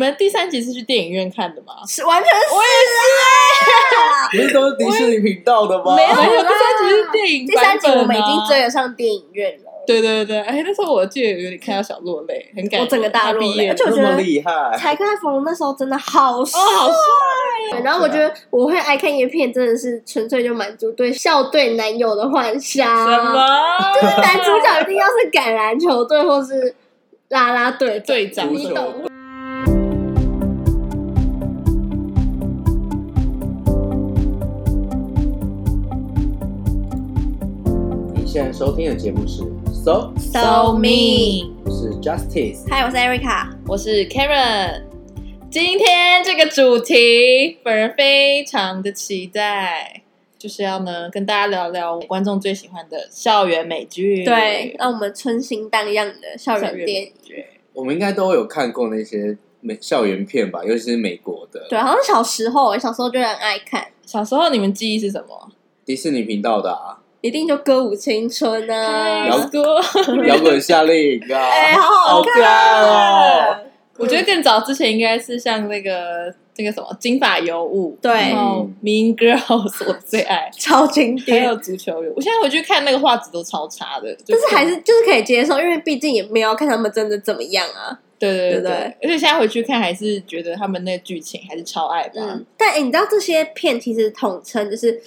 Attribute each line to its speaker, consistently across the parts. Speaker 1: 你们第三集是去电影院看的吗？
Speaker 2: 是完全是
Speaker 3: 不是都是迪士尼频道的吗？
Speaker 2: 没有
Speaker 1: 没有，
Speaker 2: 啦
Speaker 1: 第三集是电影
Speaker 2: 第三
Speaker 1: 版
Speaker 2: 集
Speaker 1: 本、啊、
Speaker 2: 我们已经追得上电影院了，
Speaker 1: 对对对，哎，那时候我记得有点看到小落泪，很感
Speaker 2: 我整个大落泪
Speaker 1: 他毕业
Speaker 2: 而且我
Speaker 3: 那
Speaker 2: 觉
Speaker 3: 么
Speaker 2: 得
Speaker 3: 厉害，
Speaker 2: 柴可爱芙蓉那时候真的好帅
Speaker 1: 哦，好帅，
Speaker 2: 对啊然后我觉得我会爱看叶片，真的是纯粹就满足对校队男友的幻想。
Speaker 1: 什？么？
Speaker 2: 就是男主角一定要是橄榄球队或是啦啦队
Speaker 1: 队长
Speaker 2: 你懂？
Speaker 3: 你现在收听的节目是 So，
Speaker 2: So me
Speaker 3: 我是 Justice，
Speaker 2: 嗨，我是 Erica。
Speaker 1: 我是 Karen。今天这个主题，本人非常的期待，就是要呢跟大家聊聊我观众最喜欢的校园美剧。
Speaker 2: 对，让我们春心荡漾的校园电影。
Speaker 1: 剧。
Speaker 3: 我们应该都有看过那些美校园片吧，尤其是美国的
Speaker 2: 对，好像小时候，哎小时候就很爱看，
Speaker 1: 小时候你们记忆是什么？
Speaker 3: 迪士尼频道的 啊，
Speaker 2: 一定就歌舞青春
Speaker 1: 哎
Speaker 2: 啊
Speaker 3: 了。
Speaker 1: school
Speaker 3: 摇滚夏令营
Speaker 2: 哎，
Speaker 3: 啊，
Speaker 2: 好好
Speaker 3: 好
Speaker 2: 看
Speaker 3: 看哦！
Speaker 2: 啊！
Speaker 1: 我觉得更早之前应该是像那个那个什么金发尤物，
Speaker 2: 对
Speaker 1: 然后 Mean Girls 我最 爱，
Speaker 2: 超经
Speaker 1: 还
Speaker 2: 典
Speaker 1: 有。足球员。我现在回去看那个画质都超差的，就
Speaker 2: 但是还是就是可以接受，因为毕竟也没有看他们真的怎么样啊。
Speaker 1: 对对
Speaker 2: 对
Speaker 1: 对
Speaker 2: 不对
Speaker 1: 而且现在回去看还是觉得他们那个剧情还是超爱吧。
Speaker 2: 嗯，但哎、诶你知道这些片其实统称就是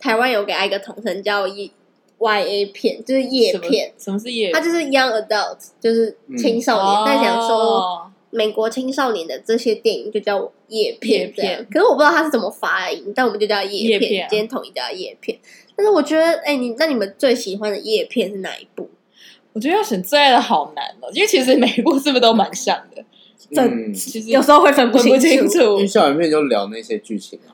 Speaker 2: 台湾有给它一个统称叫 E Y A 片，就是叶
Speaker 1: 什么
Speaker 2: 片，
Speaker 1: 什么是夜
Speaker 2: 它就是 Young Adult，就是青少年。
Speaker 1: 哦
Speaker 2: 但想说美国青少年的这些电影就叫叶片
Speaker 1: 叶
Speaker 2: 这样
Speaker 1: 片
Speaker 2: 可是我不知道它是怎么发音，但我们就叫叶
Speaker 1: 叶片啊
Speaker 2: 今天统一叫叶片。但是我觉得，哎、你那你们最喜欢的叶片是哪一部？
Speaker 1: 我觉得要选最爱的好难哦，因为其实每一部是不是都蛮像的，
Speaker 3: 嗯，
Speaker 1: 其实
Speaker 2: 有时候会分不
Speaker 1: 分不清
Speaker 2: 清楚，
Speaker 1: 楚
Speaker 3: 因为，校园片就聊那些剧情啊，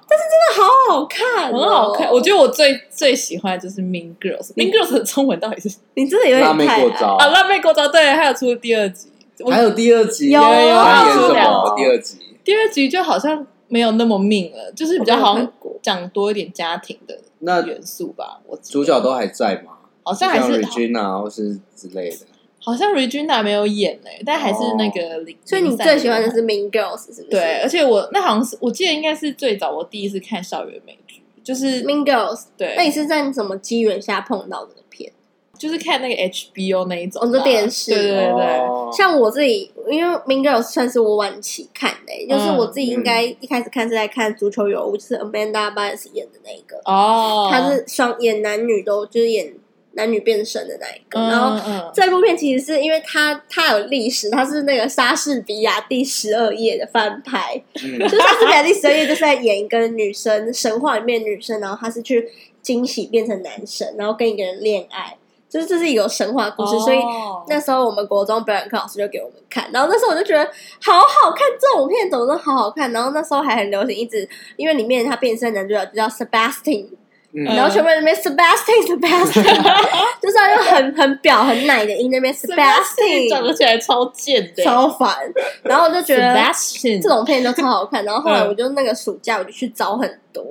Speaker 2: 好好看、哦
Speaker 1: 很好看。我觉得我最最喜欢的就是 Mean Girls，Mean Girls 的中文到底是什么
Speaker 2: 你真的有
Speaker 3: 辣
Speaker 2: 点
Speaker 3: 妹
Speaker 2: 太
Speaker 3: 过
Speaker 2: 爱。
Speaker 3: 招
Speaker 1: 啊？，辣妹过招对，还有出第二集，我
Speaker 3: 还有第二集，
Speaker 2: 有啊
Speaker 3: 他演
Speaker 1: 有
Speaker 3: 什
Speaker 1: 有
Speaker 3: 么？第二集
Speaker 1: 第二集就好像没有那么命了，就是比较好像讲多一点家庭的
Speaker 3: 哦那
Speaker 1: 元素吧。我记得
Speaker 3: 主角都还在吗？
Speaker 1: 好像还
Speaker 3: 像
Speaker 1: 是
Speaker 3: Regina 或是之类的，
Speaker 1: 好像 Regina 没有演哎、但还是那
Speaker 3: 哦
Speaker 1: 个零、
Speaker 2: 所以你最喜欢的是 Mean Girls 是不是？
Speaker 1: 对，而且我那好像是我记得应该是最早我第一次看校园美剧，就是
Speaker 2: ，Mean Girls。那你
Speaker 1: 对，
Speaker 2: 是在什么机缘下碰到这个片？
Speaker 1: 就是看那个 HBO 那一种吧，
Speaker 2: 哦你说电视
Speaker 1: 对对对对，
Speaker 3: 哦
Speaker 2: 像我自己，因为 Mean Girls 算是我晚期看的、欸就是我自己应该
Speaker 3: 嗯
Speaker 2: 一开始看是在看《足球有误》，就是 Amanda Bynes 演的那一个，
Speaker 1: 哦，
Speaker 2: 她是双演男女都就是演男女变身的那一个，
Speaker 1: 嗯，
Speaker 2: 然后。
Speaker 1: 嗯
Speaker 2: 这部片其实是因为它它有历史，它是那个莎士比亚第十二页的翻拍，
Speaker 3: 嗯
Speaker 2: 就是莎士比亚第十二页就是在演一个女生，神话里面的女生，然后她是去惊喜变成男生，然后跟一个人恋爱，就是这是一个神话故事，所
Speaker 1: 哦
Speaker 2: 以。那时候我们国中表演课老师就给我们看，然后那时候我就觉得好好看，这种片怎么都好好看。然后那时候还很流行，一直因为里面他变身的男主角就叫 Sebastian，
Speaker 3: 嗯
Speaker 1: 嗯
Speaker 2: 然后全部在那边 Sebastian Sebastian，就是要用很很表很奶的音那边
Speaker 1: Sebastian 长得
Speaker 2: Sebastian，
Speaker 1: 起来超贱的
Speaker 2: 超烦。然后我就觉得
Speaker 1: Sebastian
Speaker 2: 啊这种片都超好看。然后后来
Speaker 1: 嗯
Speaker 2: 我就那个暑假我就去找很多，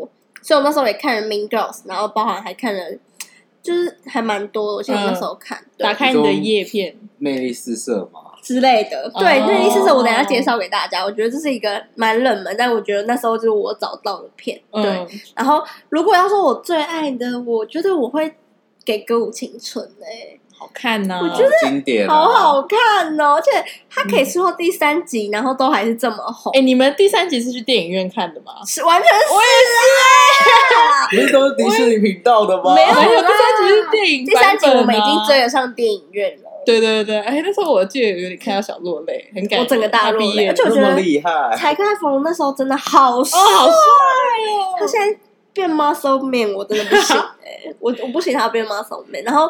Speaker 2: 所以我那时候也看了《Mean Girls》，然后包含还看了，就是还蛮多的。我记得我那时候看、对
Speaker 1: 打开你的叶片，
Speaker 3: 魅力四射嘛，
Speaker 2: 之类的，
Speaker 1: 哦
Speaker 2: 对，那意思是我等一下介绍给大家。我觉得这是一个蛮冷门，但我觉得那时候就是我找到的片。对，
Speaker 1: 嗯，
Speaker 2: 然后如果要说我最爱的，我觉得我会给《歌舞青春、欸》
Speaker 1: 好看呐，
Speaker 2: 我觉得
Speaker 3: 经典啊，
Speaker 2: 好好看哦，而且它可以出到第三集，然后都还是这么红
Speaker 1: 哎、，你们第三集是去电影院看的吗？
Speaker 2: 是完全是啊！
Speaker 3: 不是都是迪士尼频道的吗？
Speaker 2: 没有
Speaker 1: 没有，
Speaker 2: 啦
Speaker 1: 第三集是电影
Speaker 2: 第三集
Speaker 1: 版本啊
Speaker 2: 我们已经追得上电影院了，
Speaker 1: 对对对，哎，那时候我记得有点看到小落泪，很感
Speaker 2: 我整个大落泪
Speaker 1: 他毕业了嗯
Speaker 2: 而且我
Speaker 3: 这
Speaker 2: 觉得
Speaker 3: 么厉害，
Speaker 2: 柴可爱芙蓉那时候真的好帅
Speaker 1: 哦，好帅，
Speaker 2: 他现在变 muscle man，我真的不行、 欸，我我不行，他变 muscle man。然后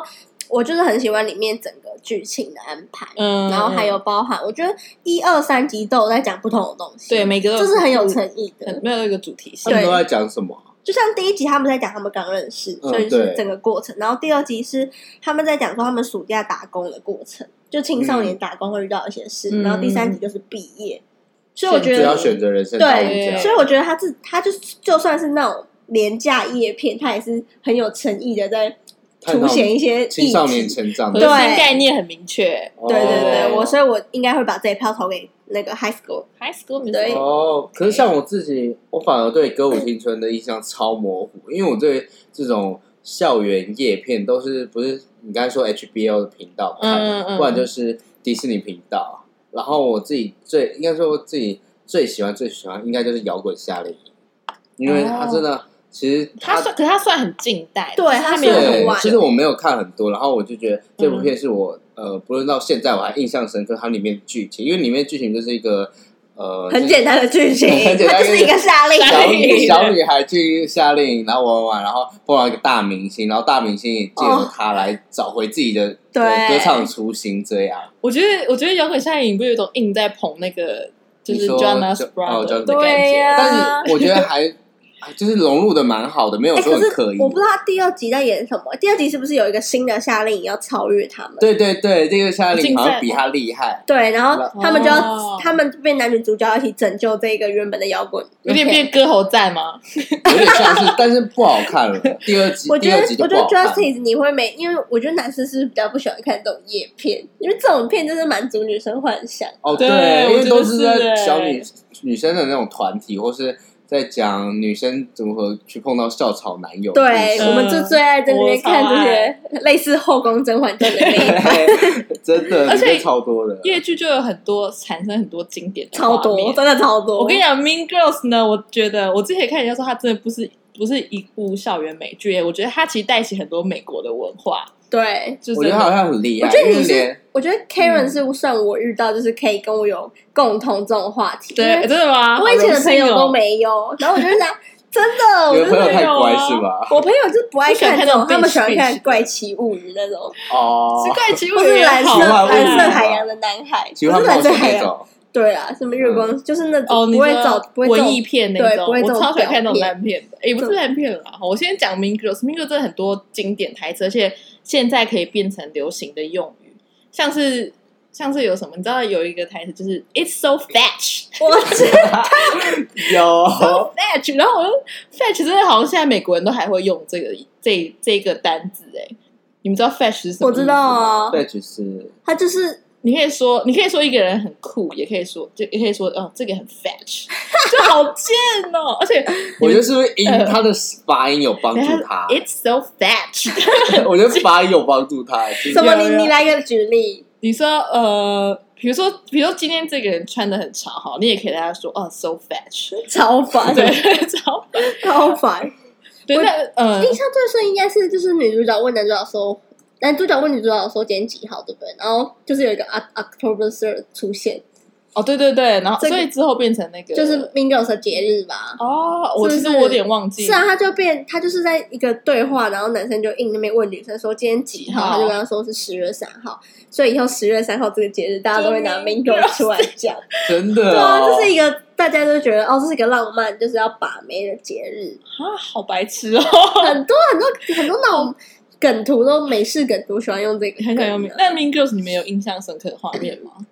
Speaker 2: 我就是很喜欢里面整个剧情的安排，
Speaker 1: 嗯，
Speaker 2: 然后还有包含，我觉得一二三集都有在讲不同的东西，
Speaker 1: 对，每个都
Speaker 2: 这是很有诚意
Speaker 1: 嗯很
Speaker 2: 的。
Speaker 1: 没有一个主题
Speaker 3: 他
Speaker 1: 性，
Speaker 3: 们都在讲什么？
Speaker 2: 就像第一集他们在讲他们刚认识，
Speaker 3: 嗯
Speaker 2: 所以是
Speaker 3: 对
Speaker 2: 整个过程。然后第二集是他们在讲说他们暑假打工的过程，就青少年打工会遇到一些事。
Speaker 1: 嗯
Speaker 2: 然后第三集就是毕业，所以我觉
Speaker 3: 就
Speaker 2: 得
Speaker 3: 要选择人生道路这
Speaker 1: 对
Speaker 3: 样
Speaker 2: 所以我觉得他自他就是就算是那种廉价叶片，他也是很有诚意的在
Speaker 3: 探
Speaker 2: 凸
Speaker 3: 讨
Speaker 2: 显一些意
Speaker 3: 青少年成长
Speaker 1: 核
Speaker 3: 的，
Speaker 1: 心
Speaker 2: 对
Speaker 1: 概念很明确。
Speaker 3: 哦
Speaker 2: 对对对，
Speaker 1: 哦
Speaker 2: 我所以我应该会把这一票投给那个 High School，
Speaker 1: High School
Speaker 2: 对
Speaker 1: Musical，
Speaker 3: 哦，可是像我自己，我反而对《歌舞青春》的印象超模糊，因为我对这种校园叶片都是不是你刚才说 HBO 的频道看，
Speaker 1: 嗯嗯嗯
Speaker 3: 不然就是迪士尼频道。啊然后我自己最应该说我自己最喜欢最喜欢应该就是摇滚夏令营，因为它真的、其实
Speaker 1: 他哦算，可是他算很近代的，
Speaker 2: 对
Speaker 1: 就是他
Speaker 2: 他
Speaker 1: 没有
Speaker 2: 算
Speaker 1: 很
Speaker 2: 很
Speaker 1: 晚
Speaker 2: 晚
Speaker 3: 对，，其实我没有看很多，然后我就觉得这部片是我、
Speaker 1: 嗯
Speaker 3: 呃，不论到现在我还印象深刻，它里面剧情，因为里面剧情就是一个呃，
Speaker 2: 很简单的剧情，
Speaker 3: 很简单
Speaker 2: 它就是一个夏令
Speaker 1: 夏
Speaker 3: 小
Speaker 1: 令
Speaker 2: 营。
Speaker 1: 营
Speaker 3: 女小女孩去夏令营，然后玩玩，然后碰到一个大明星，然后大明星也借由她来找回自己的
Speaker 2: 对
Speaker 3: 呃歌唱初心，这样。
Speaker 1: 我觉得，我觉得摇滚夏令营不是有一种硬在捧那个，就是
Speaker 3: 你说
Speaker 1: Jonas
Speaker 3: 就哦
Speaker 1: Brother 的感
Speaker 3: ，Jonas
Speaker 2: 对啊
Speaker 1: 觉，
Speaker 2: 呀
Speaker 3: 但是我觉得还还就是融入的蛮好的，没有
Speaker 2: 哎、
Speaker 3: 说
Speaker 2: 可
Speaker 3: 很刻意
Speaker 2: 是。我不知道他第二集在演什么。第二集是不是有一个新的夏令营要超越他们？
Speaker 3: 对对对，这个夏令
Speaker 1: 竞
Speaker 3: 营
Speaker 1: 赛
Speaker 3: 好像比他厉害，
Speaker 2: 对，然后他们就要、
Speaker 1: 哦
Speaker 2: 他们变男女主角一起拯救这个原本的摇滚，
Speaker 1: 有点。变歌喉战吗？
Speaker 3: 有点像是，但是不好看了。第二集，
Speaker 2: 我觉
Speaker 3: 第
Speaker 2: 得
Speaker 3: 二集，就
Speaker 2: 我
Speaker 3: 不
Speaker 2: 觉得
Speaker 3: 好看。
Speaker 2: Justice 你会没，因为我觉得男生是比较不喜欢看这种叶片，因为这种片真是满足女生幻想。
Speaker 3: 哦，
Speaker 1: 对我
Speaker 3: 因为
Speaker 1: 觉
Speaker 3: 都
Speaker 1: 得
Speaker 3: 是
Speaker 1: 是
Speaker 3: 在小
Speaker 1: 欸
Speaker 3: 女女生的那种团体，或是在讲女生如何去碰到校草男友的故
Speaker 2: 对，
Speaker 1: 嗯
Speaker 3: 事。
Speaker 2: 哎我们就最爱在那边看这些类似《后宫甄嬛传》的那 一派，
Speaker 3: 真的，
Speaker 1: 而
Speaker 3: 里
Speaker 1: 且
Speaker 3: 面超多的。
Speaker 1: 夜剧就有很多产生很多经典的
Speaker 2: 超
Speaker 1: 画
Speaker 2: 多，
Speaker 1: 面。
Speaker 2: 真的超多。
Speaker 1: 我跟你讲，《Mean Girls》呢，我觉得我之前看人家说它真的不是不是一部校园美剧，我觉得它其实带起很多美国的文化，
Speaker 2: 对，
Speaker 1: 就是
Speaker 3: 我觉得他好像很厉害，
Speaker 2: 我觉得
Speaker 3: 因
Speaker 2: 你
Speaker 3: 为
Speaker 2: 是
Speaker 3: 连
Speaker 2: 我觉得 Karen 是算我遇到就是可以跟我有共同这种话题，因
Speaker 1: 对，
Speaker 2: 为
Speaker 1: 真的吗？
Speaker 2: 我以前的朋友都
Speaker 1: 都没
Speaker 2: 没有，然后我就想，真 的，我
Speaker 3: 你的
Speaker 2: 真的
Speaker 3: 朋友太
Speaker 1: 哦有啊
Speaker 3: 乖是吧？
Speaker 2: 我朋友就不爱
Speaker 1: 我喜
Speaker 2: 看这
Speaker 1: 欢看那种
Speaker 2: 种，他们喜欢
Speaker 1: beach-
Speaker 2: 看
Speaker 1: beach
Speaker 2: 怪奇物语那种，
Speaker 3: 哦，
Speaker 1: 是怪奇物
Speaker 2: 或
Speaker 1: 语
Speaker 2: 是
Speaker 1: 也
Speaker 2: 蓝
Speaker 1: 好
Speaker 2: 色
Speaker 3: 奇
Speaker 1: 看，
Speaker 3: 幻物语
Speaker 2: 蓝色海洋的男孩，
Speaker 3: 奇
Speaker 2: 不
Speaker 3: 幻
Speaker 2: 是
Speaker 3: 冒
Speaker 2: 蓝色
Speaker 3: 险
Speaker 2: 海
Speaker 3: 那
Speaker 2: 洋，
Speaker 3: 种，
Speaker 2: 对啦，什么月光，就是那
Speaker 1: 哦，
Speaker 2: 种
Speaker 1: 你
Speaker 2: 不会
Speaker 1: 说
Speaker 2: 找不会
Speaker 1: 文
Speaker 2: 找
Speaker 1: 艺片那
Speaker 2: 对
Speaker 1: 种，
Speaker 2: 不会这
Speaker 1: 我
Speaker 2: 种
Speaker 1: 超喜欢看那种
Speaker 2: 表
Speaker 1: 烂片的。哎，不是
Speaker 2: 这
Speaker 1: 烂片了啦，我先讲《Mean Girls》，《Mean Girls》真的很多经典台词，而且现在可以变成流行的用语，像是像是有什么，你知道有一个台词就是 “It's so fetch”。
Speaker 2: 我知 哦
Speaker 3: 有
Speaker 1: fetch，然后我就 fetch 真的好像现在美国人都还会用这个这这个单字哎，你们知道 fetch 是什么？
Speaker 2: 我知道， 啊，
Speaker 3: 对，只是
Speaker 2: 他就是
Speaker 1: 你可以说你可以说一个人很酷，也可以说就也可以说嗯这个很 fetch，就 好贱哦，而且
Speaker 3: 我觉得是不是音
Speaker 1: 呃
Speaker 3: 他的发音有帮助他？
Speaker 1: it's so fetch，
Speaker 3: 我觉得发音有帮助他。其实
Speaker 2: 什么？
Speaker 1: 有
Speaker 2: 你
Speaker 1: 有
Speaker 2: 你来一个举例，
Speaker 1: 你说呃。比如说，比如说今天这个人穿的很潮，好，你也可以跟他说，哦，so fetch，
Speaker 2: 超烦，
Speaker 1: 对，超，
Speaker 2: 超烦。
Speaker 1: 对，
Speaker 2: 我
Speaker 1: 那呃，
Speaker 2: 印象最深应该是就是女主角问男主角说，男主角问女主角说今天几号，对不对？然后就是有一个 Oc- October Third 出现，
Speaker 1: 哦，对对对，然后
Speaker 2: 这个
Speaker 1: 所以之后变成那个，
Speaker 2: 就是 Mean Girls 的节日吧。
Speaker 1: 哦，我其
Speaker 2: 是
Speaker 1: 实
Speaker 2: 不是
Speaker 1: 我有点忘记，
Speaker 2: 是啊，他就变，他就是在一个对话，然后男生就硬那边问女生说今天几
Speaker 1: 几号
Speaker 2: 号，他就跟他说是十月三号，所以以后十月三号这个节日，大家都会拿
Speaker 1: 就
Speaker 2: Mean
Speaker 1: Mean
Speaker 2: Girls 出来讲。
Speaker 3: 真的
Speaker 2: 对啊，
Speaker 3: 哦，
Speaker 2: 这是一个大家都觉得哦，这是一个浪漫，就是要把妹的节 日。
Speaker 1: 啊，好白痴 哦，
Speaker 2: 很多很多很多那种梗图都美式梗图喜欢用这个，
Speaker 1: 很想用名。。那 Mean Girls 你们有印象深刻的画面吗？
Speaker 2: 嗯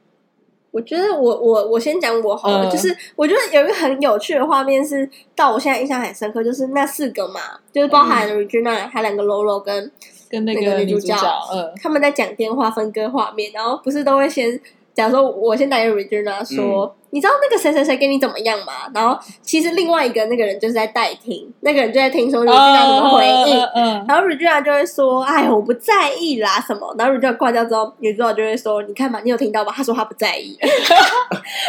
Speaker 2: 我觉得我我我先讲我好了，
Speaker 1: 嗯
Speaker 2: 就是我觉得有一个很有趣的画面是，到我现在印象很深刻，就是那四个嘛，就是包含
Speaker 1: 嗯
Speaker 2: Regina、还有两个 Lolo 跟
Speaker 1: 跟那
Speaker 2: 那
Speaker 1: 个
Speaker 2: 个女
Speaker 1: 女主
Speaker 2: 主角
Speaker 1: 嗯，
Speaker 2: 他们在讲电话分割画面，然后不是都会先。假如说我先打给 Regina 说，你知道那个谁谁谁跟你怎么样吗？然后其实另外一个那个人就是在代听，那个人就在听
Speaker 1: 哦
Speaker 2: 说 Regina 怎么回应，
Speaker 1: 嗯 嗯，嗯
Speaker 2: 然后 Regina 就会说：“哎，我不在意啦，什么？”然后 Regina 挂掉之后，女主角就会说：“你看嘛，你有听到吧？”她说她不在意，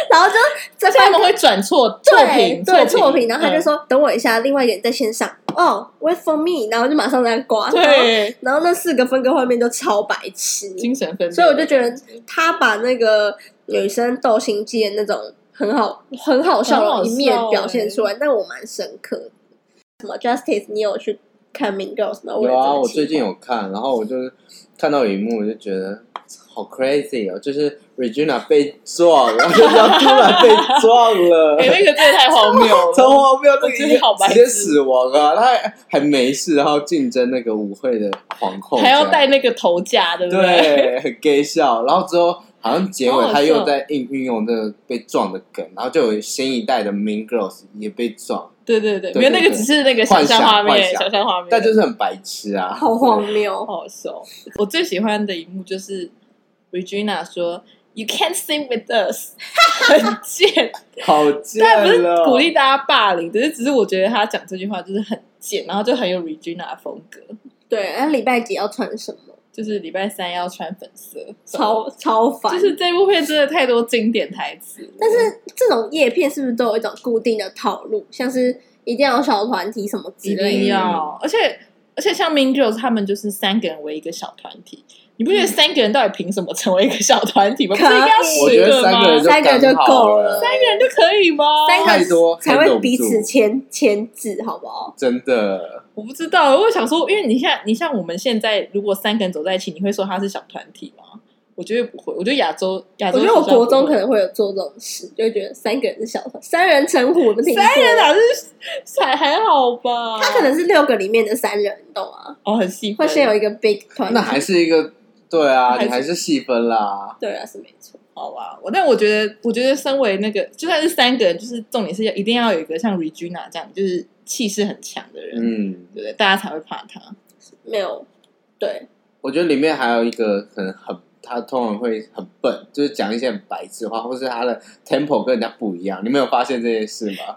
Speaker 2: 然后就这
Speaker 1: 他
Speaker 2: 块
Speaker 1: 们会转错错
Speaker 2: 对
Speaker 1: 评，
Speaker 2: 对
Speaker 1: 评
Speaker 2: 错评，然后她就
Speaker 1: 嗯
Speaker 2: 说：“等我一下，另外一个人在线上哦、w a i t for me。”然后就马上在挂。然后，
Speaker 1: 对
Speaker 2: 然后那四个分割画面都超白痴，
Speaker 1: 精神分裂，
Speaker 2: 所以我就觉得他把那个女生斗心机的那种很好很好笑的一面
Speaker 1: 很好笑欸
Speaker 2: 表现出来，但我蛮深刻的。什么 Justice，你有去看《Mean Girls》吗？也
Speaker 3: 有啊，
Speaker 2: 真的
Speaker 3: 我
Speaker 2: 喜
Speaker 3: 最近
Speaker 2: 欢
Speaker 3: 有看，然后我就是看到有一幕，我就觉得好 crazy 哦，就是 Regina 被撞，然后就这样突然被撞 了
Speaker 1: 哎，。那个真的太荒谬了，
Speaker 3: 超荒谬！
Speaker 1: 我
Speaker 3: 这
Speaker 1: 觉得好白
Speaker 3: 直
Speaker 1: 痴
Speaker 3: 接死亡啊！他还还没事，然后竞争那个舞会的皇后，
Speaker 1: 还要
Speaker 3: 这样
Speaker 1: 戴那个头架，对不？
Speaker 3: 对，很 gay 笑。然后之后好像结
Speaker 1: 好
Speaker 3: 尾
Speaker 1: 好
Speaker 3: 他
Speaker 1: 笑
Speaker 3: 又在运运用这个被撞的梗，然后就有新一代的 Mean Girls 也被撞，
Speaker 1: 对对对，
Speaker 3: 对
Speaker 1: 没有那个
Speaker 3: 对
Speaker 1: 只是那个想象画
Speaker 3: 幻
Speaker 1: 面，
Speaker 3: 想幻想
Speaker 1: 想象画面，
Speaker 3: 但就是很白痴啊！
Speaker 2: 好荒谬。
Speaker 1: 好好笑。我最喜欢的一幕就是 Regina 说 You can't sing with us，很 贱。
Speaker 3: 好贱
Speaker 1: 但不是
Speaker 3: 哦
Speaker 1: 鼓励大家霸凌，只是只是我觉得他讲这句话就是很贱，然后就很有 Regina 的风格，
Speaker 2: 对，那礼拜几要穿什么？
Speaker 1: 就是礼拜三要穿粉色，
Speaker 2: 超超烦。
Speaker 1: 就是这部片真的太多经典台词，
Speaker 2: 但是这种叶片是不是都有一种固定的套路，像是一定要有小团体什么之
Speaker 1: 一
Speaker 2: 类
Speaker 1: 定
Speaker 2: 的？
Speaker 1: 要，而且而且像 Mean Girls 他们就是三个人为一个小团体，你不觉得三个人到底凭什么成为一个小团体吗？不
Speaker 2: 嗯可以
Speaker 1: 是应
Speaker 2: 啊
Speaker 1: 该要
Speaker 3: 我
Speaker 1: 十
Speaker 3: 觉得
Speaker 1: 个
Speaker 3: 三
Speaker 1: 吗？
Speaker 3: 个嗯人就
Speaker 2: 三个人就
Speaker 3: 刚
Speaker 2: 够
Speaker 3: 好
Speaker 2: 了
Speaker 3: 了，
Speaker 1: 三个人就可以吗？
Speaker 2: 三
Speaker 3: 太多
Speaker 2: 个才
Speaker 3: 牵动
Speaker 2: 会
Speaker 3: 不
Speaker 2: 彼此
Speaker 3: 住
Speaker 2: 牵牵制，好不好？
Speaker 3: 真的
Speaker 1: 我不知道，我想说，因为你像你像我们现在，如果三个人走在一起，你会说他是小团体吗？我觉得不会，我觉得亚洲亚洲
Speaker 2: 我
Speaker 1: 学
Speaker 2: 觉
Speaker 1: 校
Speaker 2: 得
Speaker 1: 不
Speaker 2: 我
Speaker 1: 会，
Speaker 2: 国中可能会有做这种事，就会觉得三个人是小团，三人成虎，我们听过
Speaker 1: 三人哪是 还还好吧？
Speaker 2: 他可能是六个里面的三人，你懂吗？
Speaker 1: 哦很细分，
Speaker 2: 会先有一个 big 团体，
Speaker 3: 那还是一个对啊，
Speaker 1: 还是
Speaker 3: 你还是细分啦。
Speaker 2: 对啊，是没错。
Speaker 1: 好吧？我但我觉得，我觉得身为那个就算是三个人，就是重点是要一定要有一个像 Regina 这样，就是气势很强的人，
Speaker 3: 嗯，
Speaker 1: 对不对？大家才会怕他。
Speaker 2: 没有，对，
Speaker 3: 我觉得里面还有一个可能很，他通常会很笨，就是讲一些很白痴的话，或是他的 tempo 跟人家不一样。你没有发现这件事 吗？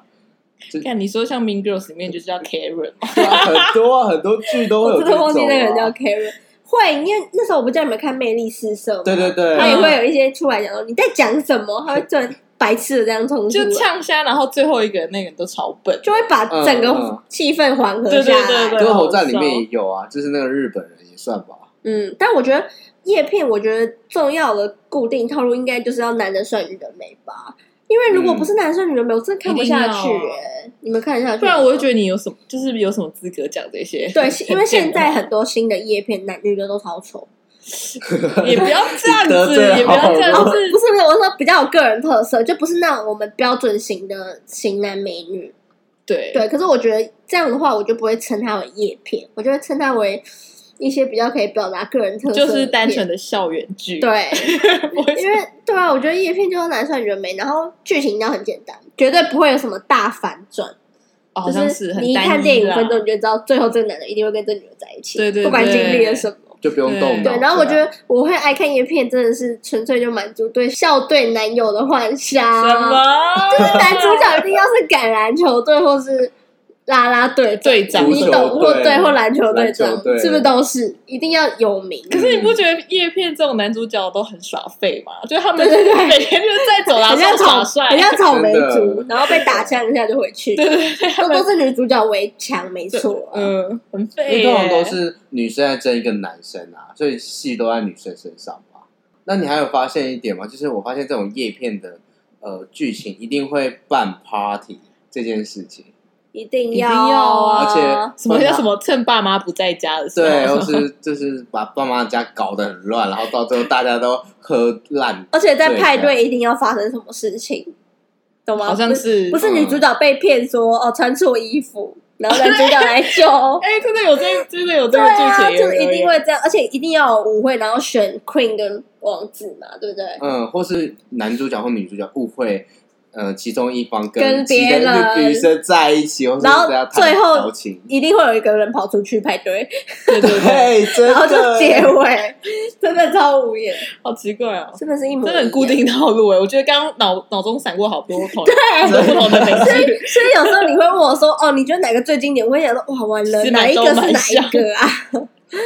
Speaker 1: 看你说像 Mean Girls 里面就是叫
Speaker 2: 嗯
Speaker 1: Karen 嘛，
Speaker 3: 对啊很多啊很多剧都会有
Speaker 2: 我
Speaker 3: 这
Speaker 2: 真的
Speaker 3: 种、啊。
Speaker 2: 忘记那个人叫 Karen。会，因为那时候我不叫你们看《魅力四射》吗？
Speaker 3: 对对对，
Speaker 2: 他也
Speaker 1: 嗯
Speaker 2: 会有一些出来讲说你在讲什么，他会突然白痴的这样冲出
Speaker 1: 就
Speaker 2: 来，
Speaker 1: 呛虾，然后最后一个那个人都超笨，
Speaker 2: 就会把整
Speaker 3: 嗯嗯
Speaker 2: 个气氛缓和
Speaker 1: 对
Speaker 2: 下
Speaker 1: 对
Speaker 2: 来。
Speaker 1: 对对，
Speaker 3: 歌
Speaker 1: 好
Speaker 3: 喉战里
Speaker 1: 笑
Speaker 3: 面也有啊，就是那个日本人也算吧。
Speaker 2: 嗯，但我觉得叶片，我觉得重要的固定套路应该就是要男的帅，女的美吧。因为如果不是男的帅，女的美，我真的看不下去、
Speaker 1: 嗯一定要
Speaker 2: 欸。你们看得下去吗？
Speaker 1: 不然我会觉得你有什么，就是有什么资格讲这些？
Speaker 2: 对，因为现在很多新的叶片，男女的都超丑。
Speaker 1: 也不要这样
Speaker 3: 得
Speaker 1: 子，
Speaker 2: 啊
Speaker 3: 罪
Speaker 1: 也不要这
Speaker 3: 好
Speaker 1: 样
Speaker 3: 多
Speaker 2: 哦不
Speaker 1: 子。
Speaker 2: 是不是，我说比较有个人特色，就不是那种我们标准型的型男美女。
Speaker 1: 对
Speaker 2: 对，可是我觉得这样的话，我就不会称它为叶片，我就会称它为一些比较可以表达个人特色，
Speaker 1: 就是单纯。的校园剧。
Speaker 2: 对，
Speaker 1: 不会，
Speaker 2: 因为对啊，我觉得叶片就是男帅女美，然后剧情要很简单，绝对不会有什么大反转。
Speaker 1: 哦好像
Speaker 2: 就是
Speaker 1: 是很
Speaker 2: 你一
Speaker 1: 单
Speaker 2: 看
Speaker 1: 一
Speaker 2: 电影五
Speaker 1: 啦
Speaker 2: 分钟，你就知道最后这个男的一定会跟这女的在一起，
Speaker 1: 对对
Speaker 2: 不管
Speaker 1: 对
Speaker 2: 经历了什么。
Speaker 3: 就不用
Speaker 1: 对
Speaker 2: 对，
Speaker 3: 动脑子啊。
Speaker 2: 然后我觉得我会爱看叶片，真的是纯粹就满足对校队男友的幻想。
Speaker 1: 什？么？
Speaker 2: 就是男主角一定要是橄榄球队或是啦啦队
Speaker 1: 队长
Speaker 2: 你懂
Speaker 3: 足球
Speaker 2: 或
Speaker 3: 队
Speaker 2: 对或篮球队
Speaker 3: 篮
Speaker 2: 长
Speaker 3: 球队，
Speaker 2: 是不是都是一定要有名？
Speaker 1: 可是你不觉得叶片这种男主角都很耍废吗？就他们
Speaker 2: 对对对
Speaker 1: 每天就是在走廊
Speaker 2: 很
Speaker 1: 上
Speaker 2: 像
Speaker 1: 耍
Speaker 2: 草，
Speaker 1: 帅
Speaker 2: 很，像草莓族
Speaker 3: 真的，
Speaker 2: 然后被打枪一下就回去。
Speaker 1: 对对对，他
Speaker 2: 都
Speaker 1: 们
Speaker 2: 都是女主角为强，没错啊。
Speaker 1: 嗯很
Speaker 3: 因为
Speaker 1: 废耶，
Speaker 3: 通常都是女生在争一个男生啊，所以戏都在女生身上嘛。那你还有发现一点吗？就是我发现这种叶片的呃剧情一定会办 party 这件事情，
Speaker 2: 一定
Speaker 1: 一定要啊
Speaker 2: 啊！
Speaker 3: 而且
Speaker 1: 什么叫什么趁爸妈不在家的时
Speaker 3: 对，
Speaker 1: 候
Speaker 3: 或，是就是把爸妈家搞得很乱，然后到最后大家都喝烂，
Speaker 2: 而且在派对一定要发生什么事情，懂吗？
Speaker 1: 好像
Speaker 2: 不
Speaker 1: 是
Speaker 2: 不是女主角被骗说哦穿错衣服，然后男主角来救。
Speaker 1: 哎，真的有这真的有这
Speaker 2: 对
Speaker 1: 个 剧
Speaker 2: 啊，
Speaker 1: 情，
Speaker 2: 就是一定会这样，而且一定要有舞会，然后选 queen 跟王子嘛，对不对？
Speaker 3: 嗯，或是男主角或女主角误会。呃，其中一方
Speaker 2: 跟
Speaker 3: 其他
Speaker 2: 别人
Speaker 3: 女女生在一起，或是
Speaker 2: 然后
Speaker 3: 这样
Speaker 2: 最后
Speaker 3: 调情，
Speaker 2: 一定会有一个人跑出去派对，
Speaker 1: 对对对，
Speaker 3: 对，真 的
Speaker 2: 然后就结尾，真的超无言，
Speaker 1: 好奇怪哦。
Speaker 2: 真的是一模一
Speaker 1: 真
Speaker 2: 样
Speaker 1: 的很固。定套路哎、我觉得刚刚脑脑中闪过好多同好多不同的美
Speaker 2: 所以
Speaker 1: 剧，，
Speaker 2: 所以有时候你会问我说：“哦，你觉得哪个最经典？”我会想说：“哇，完了，
Speaker 1: 是
Speaker 2: 哪
Speaker 1: 蛮
Speaker 2: 一
Speaker 1: 都
Speaker 2: 个是
Speaker 1: 蛮
Speaker 2: 哪
Speaker 1: 像
Speaker 2: 一个啊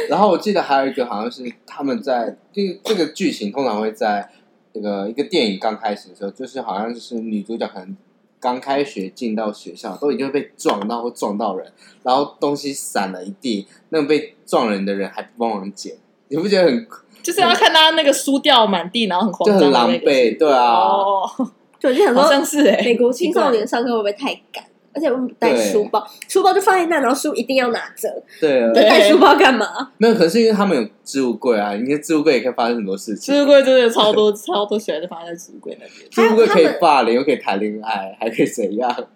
Speaker 3: 然后我记得还有一个好像是他们在这个这个剧情通常会在那个一个电影刚开始的时候，就是好像就是女主角可能刚开学进到学校，都已经被撞到或撞到人，然后东西散了一地，那个被撞人的人还不帮忙捡，你不觉得很
Speaker 1: 就是要看他那个输掉满地，然后很 慌张
Speaker 3: 就很
Speaker 1: 的
Speaker 3: 狼
Speaker 1: 那个
Speaker 3: 狈？对啊，
Speaker 1: 哦，？”
Speaker 2: 就我就想
Speaker 1: 好像
Speaker 2: 说，
Speaker 1: 是哎、
Speaker 2: 美国青少年上课会不会太赶？而且我们不带书包，书包就放在那，然后书一定要拿着，
Speaker 3: 对啊，
Speaker 1: 对
Speaker 2: 带书包干嘛？
Speaker 3: 没有，可是因为他们有置物柜啊，你看置物柜也可以发生很多事
Speaker 1: 置物
Speaker 3: 情。
Speaker 1: 柜真的超多超多喜欢就放在置物柜那边，
Speaker 3: 置物柜可以
Speaker 2: 他们
Speaker 3: 霸凌，又可以谈恋爱，还可以怎样？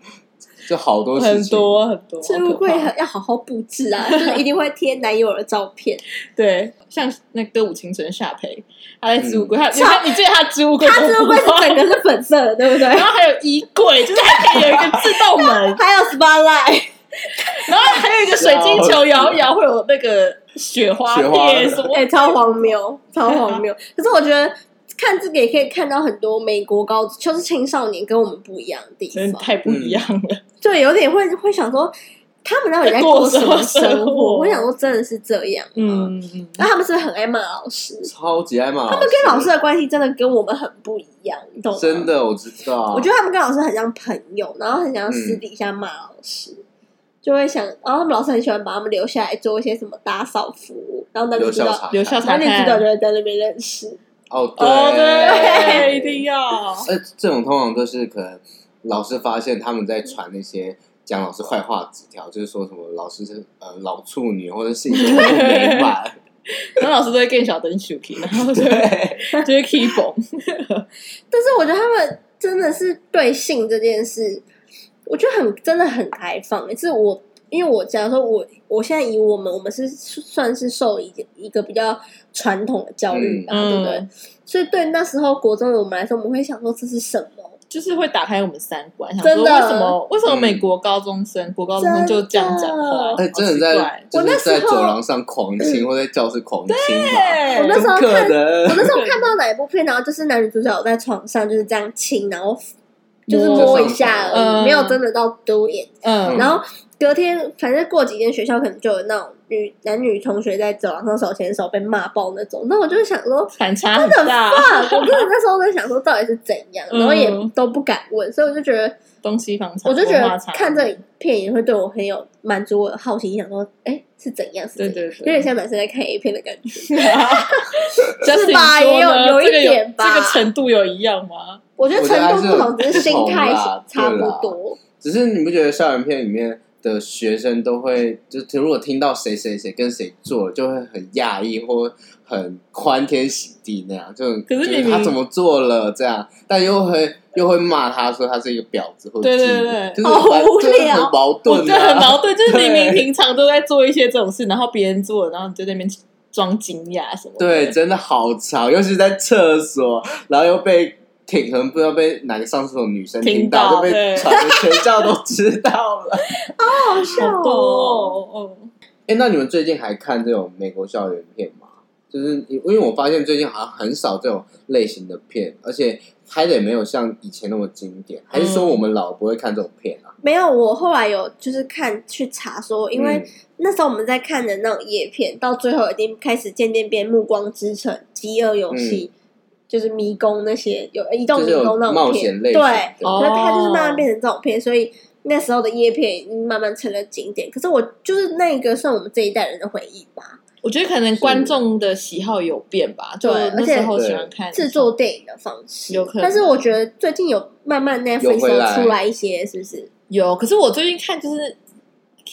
Speaker 3: 就好多事情。
Speaker 1: 很多很多
Speaker 2: 置物柜
Speaker 1: 好可怕
Speaker 2: 很要好好布置 啊，就是一定会贴男友的照片。
Speaker 1: 对，像那歌舞青春夏培，他在置物
Speaker 3: 嗯
Speaker 1: 柜，他你
Speaker 2: 超
Speaker 1: 看你记得他置物柜，
Speaker 2: 他置物柜是整，个是粉色的，对不对？
Speaker 1: 然后还有衣柜，就是还可以有一个自动门，
Speaker 2: 还有 spotlight，
Speaker 1: 然后还有一个水晶球摇一摇，会有那个雪花
Speaker 3: 雪花
Speaker 1: 片什么
Speaker 2: 哎 哎、超荒谬，超荒谬。可是我觉得看这个也可以看到很多美国高，就是青少年跟我们不一样的地
Speaker 1: 真的
Speaker 2: 方，
Speaker 1: 太不一样了。
Speaker 2: 就有点会会想说，他们到底在
Speaker 1: 在过
Speaker 2: 过什么
Speaker 1: 什
Speaker 2: 生
Speaker 1: 么
Speaker 2: 活？
Speaker 1: 生活
Speaker 2: 我想说，真的是这样。啊
Speaker 1: 嗯，嗯
Speaker 2: 那他们是不是很爱骂老师，
Speaker 3: 超级爱骂他们
Speaker 2: 跟老师的关系真的跟我们很不一样，你懂吗？
Speaker 3: 真的我知道，
Speaker 2: 我觉得他们跟老师很像朋友，然后很想要私
Speaker 3: 嗯
Speaker 2: 底下骂老师，就会想，然后他们老师很喜欢把他们留下来做一些什么打扫服务，然后男女
Speaker 3: 留
Speaker 2: 主
Speaker 3: 校
Speaker 2: 角，
Speaker 3: 查
Speaker 1: 留校查
Speaker 2: 男女主角
Speaker 1: 看。
Speaker 2: 就会在那边认识。
Speaker 3: 哦
Speaker 1: 哦，对，
Speaker 2: 对
Speaker 1: 一定要。
Speaker 3: 哎，这种通常都是可能老师发现他们在传那些讲老师坏话的纸条，就是说什么老师是呃老处女或者性格不美满，
Speaker 1: 然后老师都会更小灯 Suki，然后就
Speaker 3: 对，
Speaker 1: 就是 keep 崩。
Speaker 2: 但是我觉得他们真的是对性这件事，我觉得很真的很开放、欸。是我因为我假如说我我现在以我们我们是算是受一个一个比较传统的教育吧，
Speaker 1: 嗯
Speaker 2: 对不对？所以对那时候国中的我们来说，我们会想说这是什么？
Speaker 1: 就是会打开我们三观，想
Speaker 2: 真
Speaker 1: 说
Speaker 2: 的
Speaker 1: 为什么为什么美国高中生、国高中生就这样讲话？
Speaker 3: 嗯哎，真的
Speaker 1: 好奇怪
Speaker 3: 在就
Speaker 2: 我那
Speaker 3: 是
Speaker 2: 时候嗯
Speaker 3: 在走廊上狂亲或在教室狂亲吧，
Speaker 1: 对
Speaker 2: 我那
Speaker 3: 怎
Speaker 2: 时候
Speaker 3: 么
Speaker 2: 看
Speaker 3: 可
Speaker 2: 我
Speaker 3: 能？
Speaker 2: 那时候看到哪一部片，然后就是男女主角在床上就是这样亲，然后就是
Speaker 1: 摸
Speaker 2: 摸一下而
Speaker 1: 嗯
Speaker 2: 已，没有真的到 do it。
Speaker 1: 嗯，
Speaker 2: 然后隔天，反正过几天学校可能就有那种女男女同学在走廊上手牵手被骂爆那种。那我就想说，
Speaker 1: 反差很大，
Speaker 2: 啊，我真的那时候在想说到底是怎样，
Speaker 1: 嗯
Speaker 2: 然后也都不敢问，所以我就觉得，
Speaker 1: 东西方差，
Speaker 2: 我就觉
Speaker 1: 文化
Speaker 2: 得
Speaker 1: 差
Speaker 2: 看这影片也会对我很有满足我的好奇，想说，哎，是怎样？是怎
Speaker 1: 对
Speaker 2: 样？
Speaker 1: 对
Speaker 2: 有
Speaker 1: 对，
Speaker 2: 点像男生在看 A 片的感觉，
Speaker 1: Justin
Speaker 2: 吧
Speaker 1: 说
Speaker 2: 也有
Speaker 1: 呢
Speaker 2: 有一
Speaker 1: 这个
Speaker 2: 点吧
Speaker 1: 这个程度有一样吗？
Speaker 2: 我觉得
Speaker 3: 我
Speaker 2: 程
Speaker 3: 觉得还
Speaker 2: 度
Speaker 3: 是
Speaker 2: 不
Speaker 3: 有
Speaker 2: 同，只是心
Speaker 3: 不同
Speaker 2: 态
Speaker 3: 啦
Speaker 2: 差不
Speaker 3: 对啦
Speaker 2: 多。
Speaker 3: 只是你不觉得校园片里面的学生都会，就是如果听到谁谁谁跟谁做，就会很讶异或很欢天喜地那样，就
Speaker 1: 可是明
Speaker 3: 觉得
Speaker 1: 明
Speaker 3: 他怎么做了这样，但又会又会骂他说他是一个婊子或者
Speaker 1: 对对
Speaker 3: 妓女
Speaker 1: 对
Speaker 3: 就是
Speaker 2: 好
Speaker 3: 完
Speaker 2: 无
Speaker 3: 就是很
Speaker 2: 聊
Speaker 3: 矛
Speaker 1: 我
Speaker 3: 盾
Speaker 1: 对，很
Speaker 3: 啊，
Speaker 1: 矛盾，就是明明
Speaker 3: 对
Speaker 1: 平常都在做一些这种事，然后别人做了，然后你就在那边装惊讶什么的，
Speaker 3: 对，真的好吵，尤其是在厕所，然后又被。挺可能不知道被哪个上厕所的女生
Speaker 1: 听
Speaker 3: 听到，
Speaker 1: 到
Speaker 3: 就
Speaker 1: 对
Speaker 3: 被传的全校都知道了。
Speaker 2: 好笑
Speaker 1: 好多
Speaker 2: 哦！
Speaker 1: 哦，哦
Speaker 3: 哎、那你们最近还看这种美国校园片吗？就是因为我发现最近好像很少这种类型的片，而且拍的也没有像以前那么经典。还是说
Speaker 2: 嗯
Speaker 3: 我们老不会看这种片啊？
Speaker 2: 没有，我后来有就是看去查说，因
Speaker 3: 嗯
Speaker 2: 为那时候我们在看的那种叶片，到最后已经开始渐渐变《暮光之城》《饥饿游戏》就是迷宫那些有移
Speaker 3: 嗯、
Speaker 2: 动
Speaker 3: 就
Speaker 2: 迷
Speaker 3: 是有
Speaker 2: 宫那种
Speaker 3: 冒
Speaker 2: 片，
Speaker 3: 险类型
Speaker 2: 对。
Speaker 3: 的
Speaker 1: 哦
Speaker 2: 可是它就是慢慢变成这种片，所以那时候的叶片已经慢慢成了景点。可是我就是那个算我们这一代人的回忆吧。
Speaker 1: 我觉得可能观众的喜好有变吧，就
Speaker 2: 对
Speaker 1: 那时候喜欢看
Speaker 2: 制作电影的方式，
Speaker 1: 有可能
Speaker 2: 但是我觉得最近有慢慢 Netflix
Speaker 3: 回来
Speaker 2: 有出来一些，是不是？
Speaker 1: 有，可是我最近看就是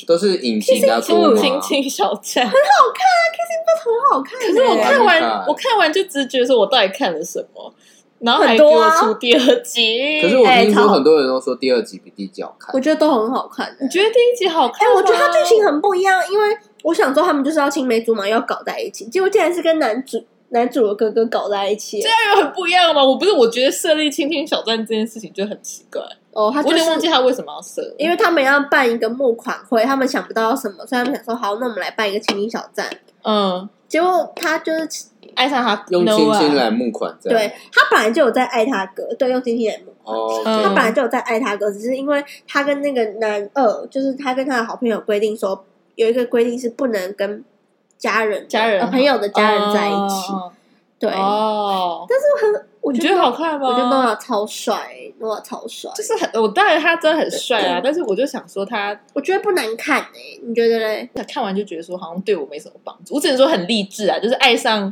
Speaker 3: 都是影集比较多
Speaker 1: 亲
Speaker 3: 嘛。
Speaker 1: 亲亲小 站，
Speaker 2: 很好看、欸，
Speaker 1: 可是我看
Speaker 3: 我还没
Speaker 1: 完
Speaker 3: 啊看
Speaker 1: 我看完就直觉说我到底看了什么，然后还
Speaker 2: 很
Speaker 1: 给
Speaker 2: 多
Speaker 1: 我
Speaker 2: 啊
Speaker 1: 出第二集。
Speaker 3: 可是我
Speaker 2: 哎
Speaker 3: 听
Speaker 2: 超
Speaker 3: 说
Speaker 2: 好
Speaker 3: 很多人都说第二集比第一集好看
Speaker 2: 我。觉得都很好看、欸。
Speaker 1: 你觉得第一集好
Speaker 2: 哎、
Speaker 1: 看吗？
Speaker 2: 我觉得它剧情
Speaker 1: 哦
Speaker 2: 很不一样，因为我想说他们就是要青梅竹马，要搞在一起，结果竟然是跟男主男主的哥哥搞在一起。
Speaker 1: 有很不一样吗？啊我不是，我觉得设立亲亲小站这件事情就很奇怪，
Speaker 2: 哦，他
Speaker 1: 我
Speaker 2: 就
Speaker 1: 有点忘
Speaker 2: 是
Speaker 1: 记他为什么要设，
Speaker 2: 因为他们要办一个募款会，他们想不到什么，所以他们想说好，那我们来办一个亲亲小站。
Speaker 1: 嗯，
Speaker 2: 结果他就是
Speaker 1: 爱上他
Speaker 3: 用亲亲
Speaker 1: Noah
Speaker 3: 来募款这样。
Speaker 2: 啊对他本来就有在爱他哥，对，用亲亲来募款。
Speaker 3: 哦，
Speaker 1: 嗯
Speaker 2: 他本来就有在爱他哥，只是因为他跟那个男二，就是他跟他的好朋友规定说，有一个规定是不能跟家人、
Speaker 1: 家人
Speaker 2: 呃朋友的家人在一起。
Speaker 1: 哦
Speaker 2: 对，
Speaker 1: 哦，
Speaker 2: 我
Speaker 1: 你
Speaker 2: 觉
Speaker 1: 觉得好看吗？
Speaker 2: 我觉得诺瓦超帅，诺瓦超帅，
Speaker 1: 就是很，我当然他真的很帅啊，但是我就想说他
Speaker 2: 我觉得不难看哎、你觉得嘞？
Speaker 1: 看完就觉得说好像对我没什么帮助，我只能说很励志啊，就是爱上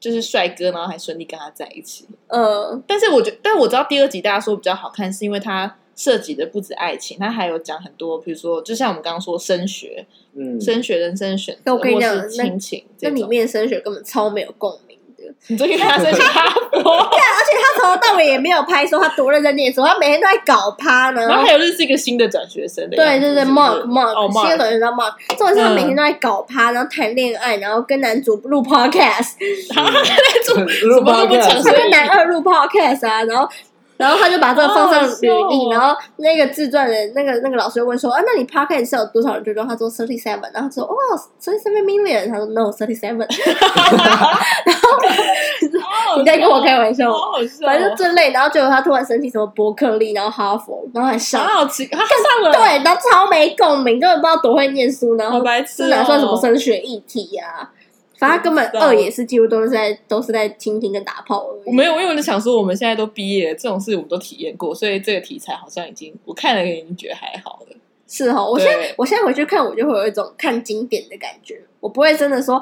Speaker 1: 就是帅哥，然后还顺利跟他在一起。
Speaker 2: 呃，
Speaker 1: 但是我觉但我知道第二集大家说比较好看，是因为它涉及的不止爱情，它还有讲很多，比如说就像我们刚刚说升学、
Speaker 3: 嗯，
Speaker 1: 升学人生选
Speaker 2: 那
Speaker 1: 择，
Speaker 2: 我跟你
Speaker 1: 或
Speaker 2: 讲
Speaker 1: 是
Speaker 2: 那
Speaker 1: 亲情
Speaker 2: 那
Speaker 1: 这
Speaker 2: 里
Speaker 1: 种。
Speaker 2: 面升学根本超没有共鸣的，
Speaker 1: 你最近看他 升学哈佛，
Speaker 2: 他从头到尾也没有拍说他多认真念书，他每天都在搞趴呢。
Speaker 1: 然后还有认识一个新的转学生的样
Speaker 2: 对
Speaker 1: 子，
Speaker 2: 对对
Speaker 1: 是不是
Speaker 2: ，Mark
Speaker 1: 哦
Speaker 2: Mark，新
Speaker 1: Mark，
Speaker 2: 的同学叫 Mark，重点是他
Speaker 1: 嗯
Speaker 2: 每天都在搞趴，然后谈恋爱，然后跟男主录 podcast，
Speaker 1: 然后
Speaker 3: 嗯
Speaker 1: 做
Speaker 3: 录
Speaker 1: 么都不
Speaker 3: podcast
Speaker 1: 讲
Speaker 2: 他跟男二录 podcast 啊，然后然后他就把这个放上履
Speaker 1: 好好笑
Speaker 2: 历，
Speaker 1: 哦
Speaker 2: 然后那个自传的那个那个老师就问说啊，那你 podcast 是有多少人追踪？他说 thirty seven，然后他说哇 thirty seven million，他说 no thirty seven，你 在跟我开玩笑吗？
Speaker 1: 好好笑哦，
Speaker 2: 反正就这类，然后结果他突然申请什么伯克利，然后哈佛，然后还上，
Speaker 1: 好好奇，他上了，
Speaker 2: 对，然后超没共鸣，根本不知道多会念书，然
Speaker 1: 好
Speaker 2: 后
Speaker 1: 白痴、
Speaker 2: 这
Speaker 1: 哦，
Speaker 2: 啊哪算什么升学议题呀、反正他根本
Speaker 1: 不知道
Speaker 2: 二也是几乎都是在都是在倾听跟打炮而
Speaker 1: 哦我
Speaker 2: 已。
Speaker 1: 没有，因为我就想说，我们现在都毕业了，这种事我们都体验过，所以这个题材好像已经我看了已经觉得还好了。
Speaker 2: 是哦，我
Speaker 1: 对
Speaker 2: 现在我现在回去看，我就会有一种看经典的感觉，我不会真的说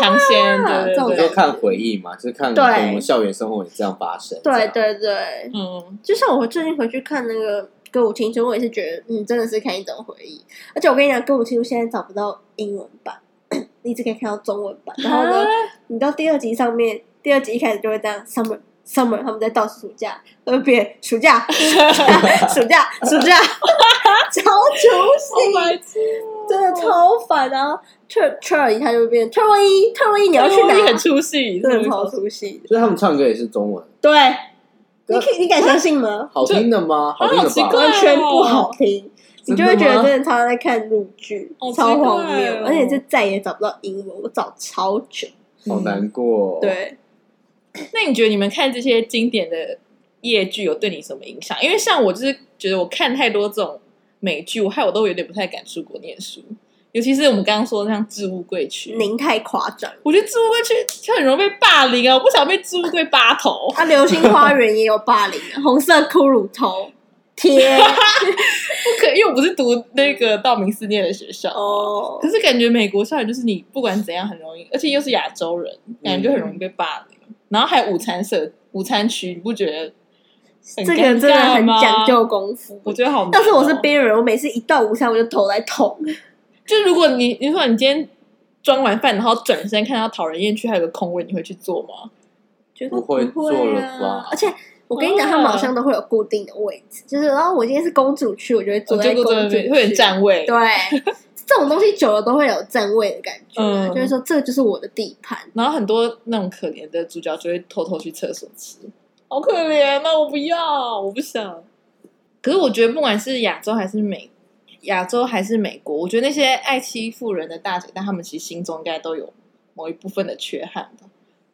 Speaker 1: 尝鲜，
Speaker 2: 哇
Speaker 1: 对
Speaker 2: 这种
Speaker 1: 对
Speaker 3: 你
Speaker 1: 对
Speaker 3: 就
Speaker 2: 感，
Speaker 3: 看回忆嘛，就是看
Speaker 2: 对
Speaker 3: 我们校园生活也这样发生。这
Speaker 2: 对
Speaker 3: 样，
Speaker 2: 对对，
Speaker 1: 嗯，
Speaker 2: 就像我最近回去看那个《歌舞青春》，我也是觉得，嗯，真的是看一种回忆。而且我跟你讲，《歌舞青春》现在找不到英文版， 你只可以看到中文版。然后呢，你到第二集上面，第二集一开始就会这样，summer summer，他们在倒数暑假，会变暑假 暑假暑假，超
Speaker 1: 好
Speaker 2: 出
Speaker 1: 白
Speaker 2: 戏，
Speaker 1: 痴哦，
Speaker 2: 真的超烦。然后特特尔一下就会变特洛伊，特洛伊你要去
Speaker 1: 我
Speaker 2: 哪？
Speaker 1: 也很出戏，
Speaker 2: 真的
Speaker 1: 是
Speaker 2: 超出戏的。
Speaker 3: 就是他们唱歌也是中文，
Speaker 2: 对，你可以你敢相信吗？
Speaker 3: 好听的吗？好听
Speaker 1: 好奇
Speaker 3: 的
Speaker 1: 怪
Speaker 3: 吧？
Speaker 2: 完全不好听，你就会觉
Speaker 3: 真的
Speaker 2: 得
Speaker 3: 吗
Speaker 2: 真的他在看录剧
Speaker 1: 好，奇怪
Speaker 2: 超
Speaker 1: 哦
Speaker 2: 荒谬，而且就再也找不到英文，我找超久。
Speaker 3: 好难过。，哦
Speaker 2: 对，
Speaker 1: 那你觉得你们看这些经典的夜剧有对你什么影响？因为像我就是觉得我看太多这种美剧，我害我都有点不太敢出国念书，尤其是我们刚刚说的像置物柜区，
Speaker 2: 您太夸张。啊
Speaker 1: 我觉得置物柜区很容易被霸凌啊，我不想被置物柜扒头。
Speaker 2: 啊，《流星花园》也有霸凌啊，红色骷髅头 贴
Speaker 1: 不可，因为我不是读那个道明寺念的学校，
Speaker 2: 哦
Speaker 1: 可，是感觉美国校园就是你不管怎样很容易，而且又是亚洲人，感觉就很
Speaker 2: 嗯
Speaker 1: 容易被霸凌。然后还有午餐社、午餐区，你不觉得很
Speaker 2: 这个真的
Speaker 1: 尴尬
Speaker 2: 很
Speaker 1: 吗
Speaker 2: 讲，究功夫。
Speaker 1: 我觉得好难哦。
Speaker 2: 但是我是边缘人，我每次一到午餐我就头来痛。
Speaker 1: 就如果你你说你今天装完饭，然后转身看到讨人厌区还有个空位，你会去做吗？
Speaker 2: 绝对
Speaker 3: 不会
Speaker 2: 不会
Speaker 3: 做了
Speaker 2: 啊
Speaker 3: 吧
Speaker 2: 而且我跟你讲，
Speaker 1: 啊
Speaker 2: 他们好像都会有固定的位置，就是然后我今天是公主区，我就会坐
Speaker 1: 我
Speaker 2: 在
Speaker 1: 哦就
Speaker 2: 公
Speaker 1: 坐在那
Speaker 2: 主
Speaker 1: 边
Speaker 2: 区，
Speaker 1: 会很占位。
Speaker 2: 对，这种东西久了都会有占位的感觉啊，
Speaker 1: 嗯
Speaker 2: 就是说这就是我的地盘。
Speaker 1: 然后很多那种可怜的主角就会偷偷去厕所吃，好可怜啊那我不要，我不想。可是我觉得，不管是亚洲还是美，亚洲还是美国，我觉得那些爱欺负人的大姐大，他们其实心中应该都有某一部分的缺憾吧。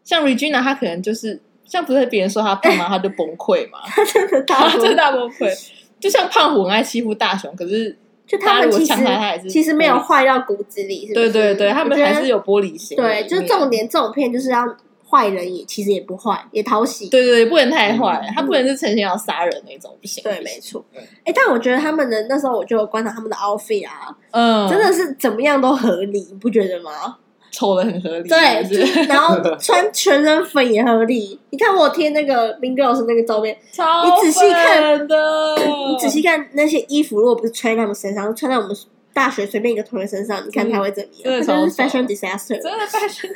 Speaker 1: 像 Regina，她可能就是像不是别人说她胖吗？她就崩溃 嘛，
Speaker 2: 他真的大
Speaker 1: 她
Speaker 2: 部
Speaker 1: 就
Speaker 2: 分
Speaker 1: 大啊崩溃。 就像胖虎很爱欺负大雄，可是
Speaker 2: 就他
Speaker 1: 大家
Speaker 2: 们
Speaker 1: 如果
Speaker 2: 其实
Speaker 1: 呛他他也是嗯
Speaker 2: 其实没有坏到骨子里，是不
Speaker 1: 对
Speaker 2: 是
Speaker 1: 对对，他们还是
Speaker 2: 有
Speaker 1: 有玻璃心的一面。
Speaker 2: 对，就是重点这种片就是要坏人也其实也不坏，也讨喜。
Speaker 1: 对对对，不能太坏，
Speaker 3: 嗯
Speaker 1: 他不能是成心要杀人那种，不行。
Speaker 2: 对，
Speaker 1: 不行
Speaker 2: 没错。哎，但我觉得他们的那时候，我就有观察他们的 outfit 啊，
Speaker 1: 嗯，
Speaker 2: 真的是怎么样都合理，你不觉得吗？
Speaker 1: 丑的很合理。
Speaker 2: 对，
Speaker 1: 是
Speaker 2: 就
Speaker 1: 不是
Speaker 2: 是然后穿全身粉也合理。你看我贴那个明哥老师那个照片，
Speaker 1: 超
Speaker 2: 你仔细看
Speaker 1: 粉的，
Speaker 2: 你仔细看那些衣服，如果不是穿在他们身上，穿在我们大学随便一个同学身上，你看他会怎么
Speaker 1: 嗯真的
Speaker 2: 样？他就是
Speaker 1: 超
Speaker 2: fashion
Speaker 1: 爽
Speaker 2: disaster。
Speaker 1: 真的发 生。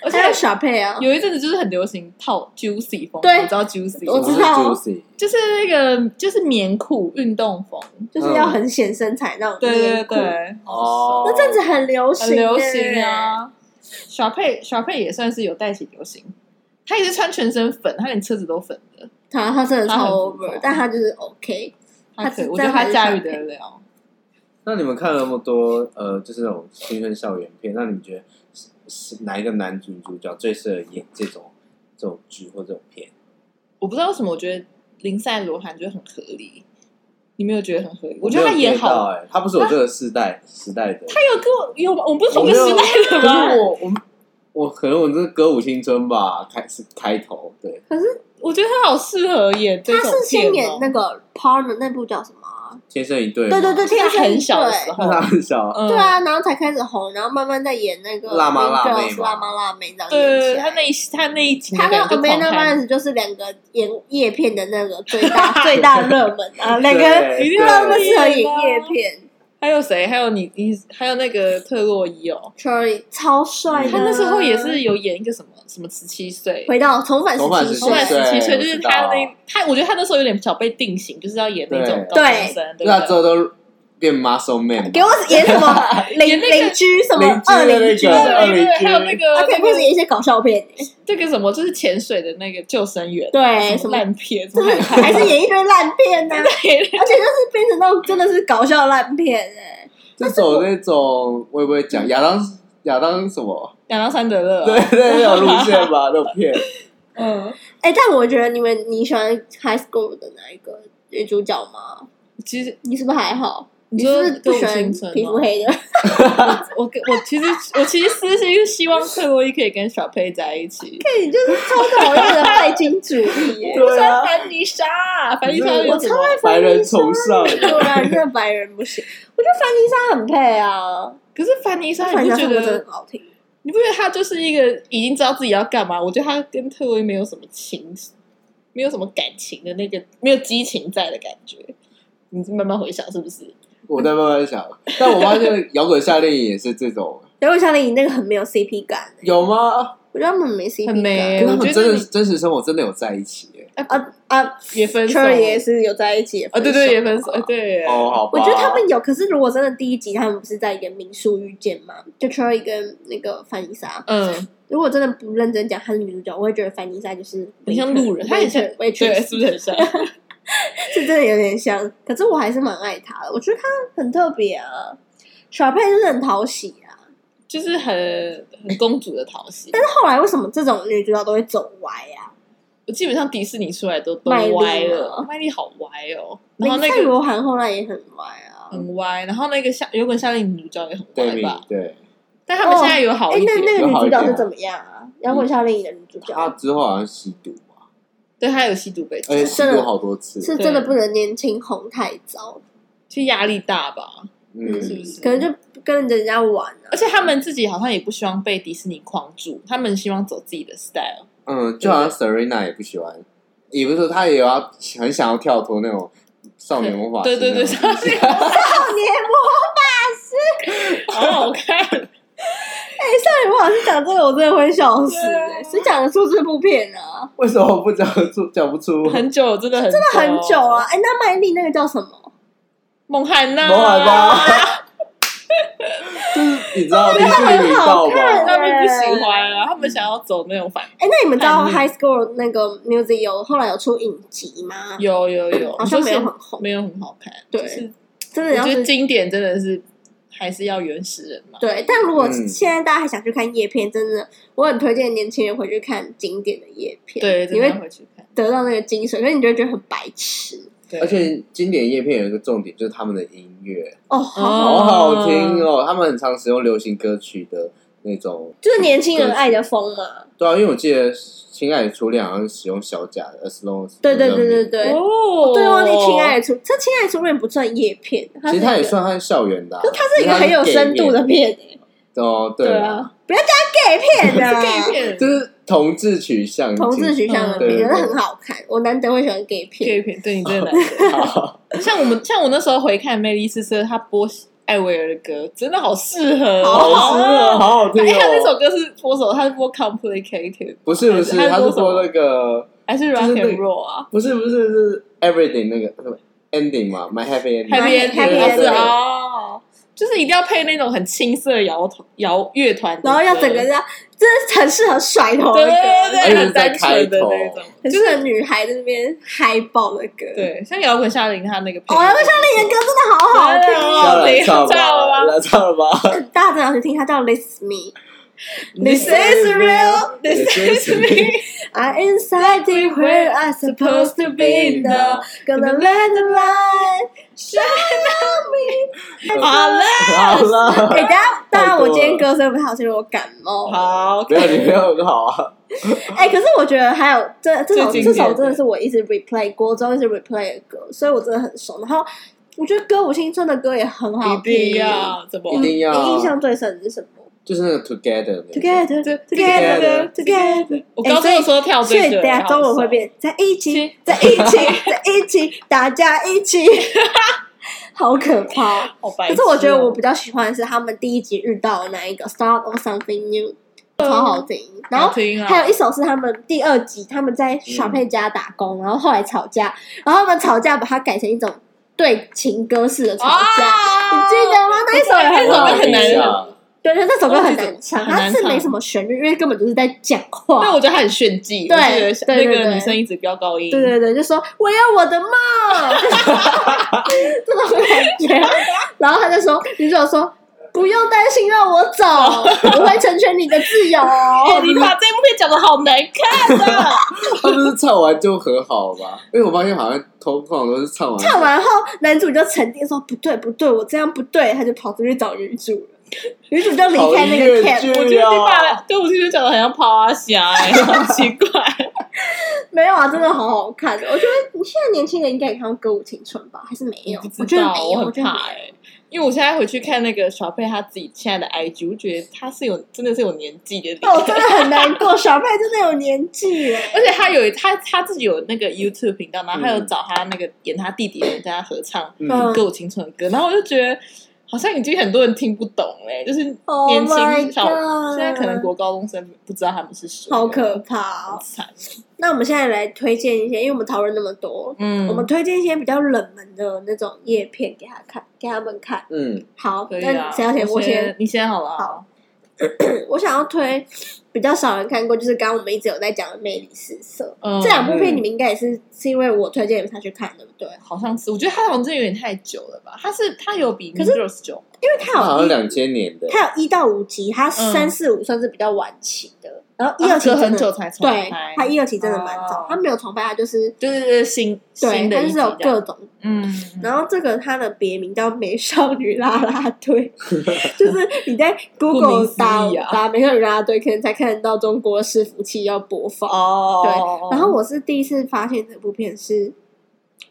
Speaker 1: 而
Speaker 2: 还有
Speaker 1: 且
Speaker 2: 小佩啊，
Speaker 1: 有一阵子就是很流行套 juicy 风，
Speaker 2: 对
Speaker 1: 你知道 juicy，
Speaker 2: 我
Speaker 1: 吗
Speaker 2: 知道啊
Speaker 3: 是 Juicy，
Speaker 1: 就是那个就是棉裤运动风，
Speaker 2: 就是要很显身材那种
Speaker 1: 对对
Speaker 2: 棉裤，
Speaker 1: 对，
Speaker 3: 哦
Speaker 2: 那阵子很流行，欸
Speaker 1: 很流行！啊。小佩小佩也算是有带起流行，她也是穿全身粉，她连车子都粉的，
Speaker 2: 他他真的
Speaker 1: 他很
Speaker 2: 超
Speaker 1: 不错
Speaker 2: over，但他就是 OK。
Speaker 1: 她可以
Speaker 2: 她
Speaker 1: 我觉得
Speaker 2: 她
Speaker 1: 她
Speaker 2: 是
Speaker 1: 驾驭
Speaker 2: 小哎
Speaker 1: 得
Speaker 2: 佩
Speaker 1: 了。
Speaker 3: 那你们看了那么多呃，就是那种青春校园片，那你们觉得是是哪一个男主主角最适合演这种这种剧或这种片？
Speaker 1: 我不知道为什么，我觉得林赛罗韩就很合理。你没有觉得很合理？我觉得他演
Speaker 3: 没有 get 到
Speaker 1: 好，
Speaker 3: 哎、他不是我这个时代时代的，他
Speaker 1: 他有跟我有吗，我们不是同
Speaker 3: 我
Speaker 1: 个
Speaker 3: 没有
Speaker 1: 时代的
Speaker 3: 可是
Speaker 1: 吗？
Speaker 3: 我我我可能我这是歌舞青春吧，开始开头对，
Speaker 1: 我觉得他好适合演这
Speaker 2: 他
Speaker 1: 种
Speaker 2: 是
Speaker 1: 片
Speaker 2: 先
Speaker 1: 哦
Speaker 2: 演那个 partner 那部叫什么啊？
Speaker 3: 天生一对，
Speaker 2: 对对对，，
Speaker 1: 他
Speaker 2: 天生
Speaker 1: 很小的时
Speaker 2: 对
Speaker 1: 候，
Speaker 3: 那他很小，
Speaker 1: 嗯
Speaker 2: 对，啊，然后才开始红，然后慢慢在演那个
Speaker 3: 辣妈辣妹
Speaker 2: Mean
Speaker 3: 嘛
Speaker 2: Girls，辣妈辣妹这样
Speaker 1: 对
Speaker 2: 演
Speaker 1: 对
Speaker 2: 起
Speaker 1: 对，
Speaker 2: 来
Speaker 1: 他那一他那一集
Speaker 2: 他
Speaker 1: 那
Speaker 2: 跟
Speaker 1: 个人就狂
Speaker 2: Amanda
Speaker 1: 拍，
Speaker 2: Bynes 就是两个演叶片的那个最 大最大热门啊，两个人
Speaker 3: 对
Speaker 1: 一定
Speaker 2: 都
Speaker 1: 要
Speaker 2: 那
Speaker 1: 那
Speaker 2: 么
Speaker 1: 么
Speaker 2: 适合演
Speaker 1: 对啊
Speaker 2: 叶片。
Speaker 1: 还有谁？还有你你还有那个特洛伊哦，
Speaker 2: Charlie 超帅的，
Speaker 1: 他那时候也是有演一个什么什么十七岁，
Speaker 2: 回到重返
Speaker 3: 重返
Speaker 2: 十七
Speaker 1: 后来
Speaker 2: 岁，
Speaker 1: 十七岁
Speaker 3: 对
Speaker 1: 就是
Speaker 3: 我知道
Speaker 1: 他那他，我觉得他那时候有点小被定型，就是要演那种高
Speaker 3: 对
Speaker 1: 中生，对
Speaker 3: 那
Speaker 1: 不
Speaker 3: 之
Speaker 1: 对？
Speaker 3: 后都变 muscle man，
Speaker 2: 给我演什么邻
Speaker 1: 演那个
Speaker 2: 邻居什么
Speaker 3: 邻居
Speaker 2: 二
Speaker 3: 的
Speaker 2: 邻
Speaker 3: 那
Speaker 2: 居
Speaker 1: 对
Speaker 3: 个
Speaker 2: 的，
Speaker 3: 二
Speaker 1: 对
Speaker 3: 邻
Speaker 1: 对，
Speaker 3: 居
Speaker 1: 还有那
Speaker 2: 他
Speaker 1: 个
Speaker 2: 可以开始演一些搞笑片，
Speaker 1: 这个什么，就是潜水的那个救生员，啊
Speaker 2: 对
Speaker 1: 什
Speaker 2: 什
Speaker 1: 么
Speaker 2: 么
Speaker 1: 烂片，什
Speaker 2: 就
Speaker 1: 么
Speaker 2: 是还是演一堆烂片呐，啊而 且就是变成那种真的是搞笑烂片哎，
Speaker 3: 就走那种我也不会讲亚当亚当什么，
Speaker 1: 亚当山德勒，
Speaker 3: 对， 对，那种路线吧，那种片。
Speaker 1: 啊嗯，
Speaker 2: 哎，但我觉得你们你喜欢 High School 的那一个女主角吗？
Speaker 1: 其实
Speaker 2: 你是不是还好？
Speaker 1: 你
Speaker 2: 是
Speaker 1: 说
Speaker 2: 不是不喜
Speaker 1: 歌舞
Speaker 2: 欢
Speaker 1: 青春
Speaker 2: 皮肤
Speaker 1: 吗
Speaker 2: 黑的？
Speaker 1: 我我其实我其实私心是希望克洛伊可以跟小佩在一 起，
Speaker 2: 哎你就是超讨厌的拜金主义 耶！
Speaker 1: 我
Speaker 3: 对
Speaker 1: 像
Speaker 3: 啊，
Speaker 1: 凡妮莎，啊凡妮莎
Speaker 2: 啊
Speaker 3: 我
Speaker 1: 有什么？
Speaker 3: 白人崇尚，
Speaker 2: 对啊，真的白人不行。我觉得凡妮莎很配啊，
Speaker 1: 可是凡妮莎，
Speaker 2: 凡
Speaker 1: 你
Speaker 2: 妮
Speaker 1: 不觉
Speaker 2: 莎唱歌真的
Speaker 1: 得
Speaker 2: 很好听。
Speaker 1: 你不觉得她就是一个已经知道自己要干嘛？我觉得她跟特威没有什么情，没有什么感情的那个，没有激情在的感觉。你慢慢回想是不是？
Speaker 3: 我在慢慢想。但我发现摇滚夏令营也是这种，
Speaker 2: 摇滚夏令营那个很没有 CP 感，
Speaker 3: 有吗？
Speaker 2: 我觉得他们没 CP 感。
Speaker 1: 很没
Speaker 3: 可是他
Speaker 1: 哎我觉得
Speaker 3: 们真
Speaker 1: 你
Speaker 3: 的真实生活真的有在一起耶。
Speaker 2: 啊啊，
Speaker 1: 也分手
Speaker 2: Cherry 也是有在一起，
Speaker 1: 啊，对对，也分手，
Speaker 2: 手
Speaker 1: 哎
Speaker 2: 了。
Speaker 1: 对，
Speaker 3: 哦，好吧。
Speaker 2: 我觉得他们有，可是如果真的第一集他们不是在一个民宿遇见嘛，就 Cherry 跟那个范妮莎，
Speaker 1: 嗯，
Speaker 2: 如果真的不认真讲她是女主角，我会觉得范妮莎就是
Speaker 1: 很像路人，她很像，
Speaker 2: 我也
Speaker 1: 对，
Speaker 2: 觉得
Speaker 1: 是不是很像？
Speaker 2: 是真的有点像，可是我还是蛮爱他的，我觉得他很特别啊。小佩就是很讨喜啊。
Speaker 1: 就是很很公主的讨喜，
Speaker 2: 后来为什么这种女主角都会走歪啊？
Speaker 1: 我基本上迪士尼出来都都
Speaker 2: 麦莉
Speaker 1: 歪
Speaker 2: 吗
Speaker 1: 了，麦莉好歪哦，然
Speaker 2: 林
Speaker 1: 后那
Speaker 2: 赛
Speaker 1: 个
Speaker 2: 罗韩后来也很歪啊。
Speaker 1: 很歪，然后那个夏有滚夏令营女主角也很歪
Speaker 3: 对
Speaker 1: 吧，
Speaker 3: 对，
Speaker 1: 但他们现在有好
Speaker 2: 哎、
Speaker 1: 一点，
Speaker 2: 那
Speaker 1: 啊
Speaker 2: 那个
Speaker 3: 有
Speaker 2: 女
Speaker 3: 好
Speaker 2: 主
Speaker 3: 一
Speaker 2: 角
Speaker 3: 点
Speaker 2: 是
Speaker 3: 啊
Speaker 2: 怎么样啊？摇滚夏令营的女主角、
Speaker 3: 他之后好像吸毒吧，
Speaker 1: 对她有吸毒被抓
Speaker 3: 而且，吸毒好多次，
Speaker 2: 是真的不能年轻红太早，
Speaker 1: 其实压力大吧，是不
Speaker 3: 嗯，
Speaker 1: 是？
Speaker 2: 可能就跟人家玩啊。
Speaker 1: 而且他们自己好像也不希望被迪士尼框住，他们希望走自己的 style。
Speaker 3: 嗯，就好像 Serena 也不喜欢，也不是说她也要很想要跳脱那种少年魔法师啊
Speaker 1: 对对
Speaker 3: 那种
Speaker 1: 对，
Speaker 3: 东西，
Speaker 1: 少年
Speaker 2: 少年
Speaker 1: 好好 看，
Speaker 2: 魔，我老师讲这个我真的会笑死、
Speaker 1: 对
Speaker 2: 欸
Speaker 1: 啊，
Speaker 2: 谁讲得出这部片啊？
Speaker 3: 为什么不讲出讲不出？
Speaker 1: 很久，真的很真的
Speaker 2: 很久啊。，哎、那麦莉那个叫什么？
Speaker 1: 孟汉娜，啊
Speaker 3: 魔法吧， 就是你 知道迪士尼频道
Speaker 2: 很好
Speaker 3: 吧？
Speaker 1: 他们不喜欢啊，他们想要走那种反，
Speaker 2: 哎、那你们知道
Speaker 1: 叛逆
Speaker 2: High School 那个 Music 有后来有出影集吗？
Speaker 1: 有有有，
Speaker 2: 好像
Speaker 1: 你说
Speaker 2: 没有
Speaker 1: 现
Speaker 2: 很红
Speaker 1: 没有很好看，
Speaker 2: 对
Speaker 1: 就是
Speaker 2: 真的
Speaker 1: 我
Speaker 2: 要
Speaker 1: 觉得
Speaker 2: 是
Speaker 1: 经典真的是还是要原始人嘛，
Speaker 2: 对，但如果
Speaker 3: 嗯
Speaker 2: 现在大家还想去看叶片，真的，我很推荐年轻人回去看经典的叶片，
Speaker 1: 对，
Speaker 2: 你
Speaker 1: 真的要
Speaker 2: 会
Speaker 1: 回去看，
Speaker 2: 得到那个精神，所以你就会觉得很白痴
Speaker 1: 对
Speaker 3: 而且经典叶片有一个重点，就是他们的音乐
Speaker 2: 哦，好
Speaker 1: 哦
Speaker 3: 好好听哦，他们很常使用流行歌曲的那种，
Speaker 2: 就是年轻人爱的风嘛，
Speaker 3: 对啊，因为我记得《亲爱的初恋》好像使用小贾的 As Long As
Speaker 2: 对对
Speaker 3: You Love
Speaker 2: 对
Speaker 3: Me
Speaker 2: 对对，
Speaker 1: 哦，
Speaker 2: 对，忘记亲爱的初，这亲爱的初恋不算叶片，它
Speaker 3: 其
Speaker 2: 是
Speaker 3: 实它
Speaker 2: 一
Speaker 3: 也
Speaker 2: 个，
Speaker 3: 算它是校园的啊、
Speaker 2: 可是它是一个很有深度的片欸，
Speaker 3: 哦，对
Speaker 2: 对
Speaker 3: 啦，
Speaker 2: 啊，不要加 gay 片啊
Speaker 1: gay 片
Speaker 3: 就是同志取向，
Speaker 2: 同志取向的
Speaker 1: 嗯
Speaker 2: 片，
Speaker 3: 对
Speaker 2: 可是
Speaker 3: 对
Speaker 2: 很好看，我难得会喜欢 gay
Speaker 1: gay
Speaker 2: 片，
Speaker 1: 片，对你真 的难得。
Speaker 3: 好，
Speaker 1: 像我们像我那时候回看《魅力四射》，他播艾薇儿的歌，真的好适合，
Speaker 2: 好
Speaker 3: 好吃哦，好好听
Speaker 1: 哎、他那
Speaker 3: 哦。
Speaker 1: 首歌是播什么？他是播 Complicated，
Speaker 3: 不是不是，
Speaker 1: 还是
Speaker 3: 他
Speaker 1: 还是
Speaker 3: 是
Speaker 1: 播
Speaker 3: 说那个，
Speaker 1: 还是 Rock and Roll 啊
Speaker 3: 不是不是是 everything 那个什么 ending 嘛，my happy ending，
Speaker 1: ？Happy
Speaker 2: Happy
Speaker 1: Ending
Speaker 3: 对对
Speaker 1: 是
Speaker 3: 对
Speaker 1: 哦，就是一定要配那种很青涩摇头摇乐团的歌，
Speaker 2: 然后要整个这样，真的很适合甩头的
Speaker 1: 对
Speaker 2: 歌，
Speaker 1: 对
Speaker 3: 而且
Speaker 1: 对，
Speaker 3: 是
Speaker 1: 很单纯的
Speaker 3: 在开头
Speaker 1: 那种，
Speaker 2: 很适合女孩在那边嗨爆的歌，。
Speaker 1: 对，像摇滚夏令他那个配，
Speaker 2: 哦，摇滚夏令的歌真的好好听
Speaker 1: 啊
Speaker 2: 哦，
Speaker 3: 跳了唱
Speaker 1: 跳了吧
Speaker 3: 吧，来唱了吧
Speaker 2: 大家真的要去听，它叫《Let's Me》
Speaker 1: This
Speaker 2: ，This is real,
Speaker 1: This is me,
Speaker 2: I inside you where I supposed to be now, gonna let the light shine on me。
Speaker 1: 好了，
Speaker 3: 好了，
Speaker 2: 哎，等一下，当然
Speaker 3: 太多
Speaker 2: 我
Speaker 3: 了
Speaker 2: 今天歌声不太好，是因为我感冒。
Speaker 1: 好，
Speaker 3: 没有你没有很好啊，
Speaker 2: 哎，可是我觉得还有这这首
Speaker 1: 最经典
Speaker 2: 这
Speaker 1: 的
Speaker 2: 首真的是我一直 replay，国中一直 replay 的歌，所以我真的很熟。然后我觉得歌舞青春的歌也很好
Speaker 1: 一
Speaker 2: 听。嗯
Speaker 1: 定要怎么
Speaker 3: 一？定要
Speaker 2: 你印象最深的是什么
Speaker 3: 就是那个 together 那个
Speaker 2: ？Together, together, together。
Speaker 1: 我高中的时候跳
Speaker 2: 哎所以
Speaker 1: 这个，
Speaker 2: 等下中文会变在一起，在一起，在一起，大家一起， 好可怕。
Speaker 1: 好白痴
Speaker 2: 可
Speaker 1: 哦。
Speaker 2: 是我觉得我比较喜欢的是他们第一集遇到的那一个《Start on Something New》，超好听。然
Speaker 1: 好
Speaker 2: 后
Speaker 1: 听啊
Speaker 2: 还有一首是他们第二集他们在小佩家打工，然后后来吵架，然后他们吵架把它改成一种对情歌式的吵架，
Speaker 1: 啊
Speaker 2: 你记得吗？那一首
Speaker 1: 那首
Speaker 2: 也很
Speaker 1: 歌
Speaker 2: 好
Speaker 1: 很
Speaker 2: 听
Speaker 1: 难
Speaker 3: 等一下
Speaker 2: 对对，那首歌很难
Speaker 1: 哦
Speaker 2: 唱，
Speaker 1: 很难
Speaker 2: 它
Speaker 1: 唱
Speaker 2: 是没什么旋律，因为根本就是在讲话。
Speaker 1: 但我觉得他很炫技，
Speaker 2: 对
Speaker 1: 我记得是
Speaker 2: 对对
Speaker 1: 那
Speaker 2: 对
Speaker 1: 个女生一直飙高音，
Speaker 2: 对对对，就说我要 我的梦，这种感觉。然后他就说，女主角说不用担心，让我 走，我会成全你的自由。
Speaker 1: 哦，你把这部片讲的好难看 啊！
Speaker 3: 他们是唱完就和好吧？因为我发现好像通通常都是唱完
Speaker 2: 唱完后，男主就沉淀说不对不对，我这样不对，他就跑出去找女主了。女主就离开那个
Speaker 3: 好越
Speaker 2: camp，
Speaker 3: 剧
Speaker 1: 我觉得你
Speaker 2: 啊
Speaker 1: 把对我其实讲的很像泡阿霞 哎，好奇怪。
Speaker 2: 没有啊，真的好好看。我觉得你嗯现在年轻人应该也看过《歌舞青春》吧？还是没有？
Speaker 1: 不
Speaker 2: 我
Speaker 1: 知
Speaker 2: 觉得
Speaker 1: 道，
Speaker 2: 没有，我
Speaker 1: 很
Speaker 2: 觉得没
Speaker 1: 怕
Speaker 2: 有。
Speaker 1: 哎，因为我现在回去看那个小佩他自己现在的 IG，我觉得他是有真的是有年纪的脸，
Speaker 2: 但我哦真的很难过，小佩真的有年纪 了。
Speaker 1: 而且他有他他自己有那个 YouTube 频道，然后他有
Speaker 3: 嗯
Speaker 1: 找他那个演他弟弟的人跟他合唱
Speaker 2: 嗯
Speaker 1: 《歌舞青春》的歌，然后我就觉得好像已经很多人听不懂哎，就是
Speaker 2: Oh
Speaker 1: 年
Speaker 2: my
Speaker 1: 轻小
Speaker 2: god！
Speaker 1: 现在可能国高中生不知道他们是谁，啊
Speaker 2: 好可怕、
Speaker 1: 很
Speaker 2: 哦。
Speaker 1: 惨。
Speaker 2: 那我们现在来推荐一些，因为我们讨论那么多，
Speaker 1: 嗯，
Speaker 2: 我们推荐一些比较冷门的那种叶片给他看，给他们看。
Speaker 3: 嗯，
Speaker 2: 好，
Speaker 1: 可以
Speaker 2: 那
Speaker 1: 啊。
Speaker 2: 谁要先？我
Speaker 1: 我
Speaker 2: 先，，
Speaker 1: 你先好了啊。
Speaker 2: 好我想要推比较少人看过，就是刚刚我们一直有在讲的《魅力四射》
Speaker 1: 嗯，
Speaker 2: 这两部片，
Speaker 3: 嗯
Speaker 2: 你们应该也是是因为我推荐你们才去看，对不对？
Speaker 1: 好像是，我觉得他好像真的有点太久了吧？他是他有比
Speaker 2: 可
Speaker 1: New
Speaker 2: 是
Speaker 1: Girls 久
Speaker 2: 因为它
Speaker 3: 好
Speaker 2: 有
Speaker 3: 像
Speaker 2: 一，
Speaker 3: 两千年的，
Speaker 2: 它有一到五集，它
Speaker 1: 嗯
Speaker 2: 三四五算是比较晚期的，然后
Speaker 1: 吗，
Speaker 2: 一二期
Speaker 1: 他啊
Speaker 2: 真
Speaker 1: 隔
Speaker 2: 的
Speaker 1: 很久才重
Speaker 2: 对
Speaker 1: 拍，，
Speaker 2: 它一二期真的蛮早
Speaker 1: 哦，
Speaker 2: 它没有重拍，它就是
Speaker 1: 就是新
Speaker 2: 对，
Speaker 1: 新
Speaker 2: 它
Speaker 1: 的
Speaker 2: 就
Speaker 1: 一集
Speaker 2: 是
Speaker 1: 这
Speaker 2: 有
Speaker 1: 样，
Speaker 2: 各种
Speaker 1: 嗯，
Speaker 2: 然后这个它的别名叫美少女拉拉 队，就是你在 Google 打
Speaker 1: 顾名思义啊
Speaker 2: 打美少女拉拉队，可能才看得到中国伺服器要播放。
Speaker 1: 哦，
Speaker 2: 然后我是第一次发现这部片是。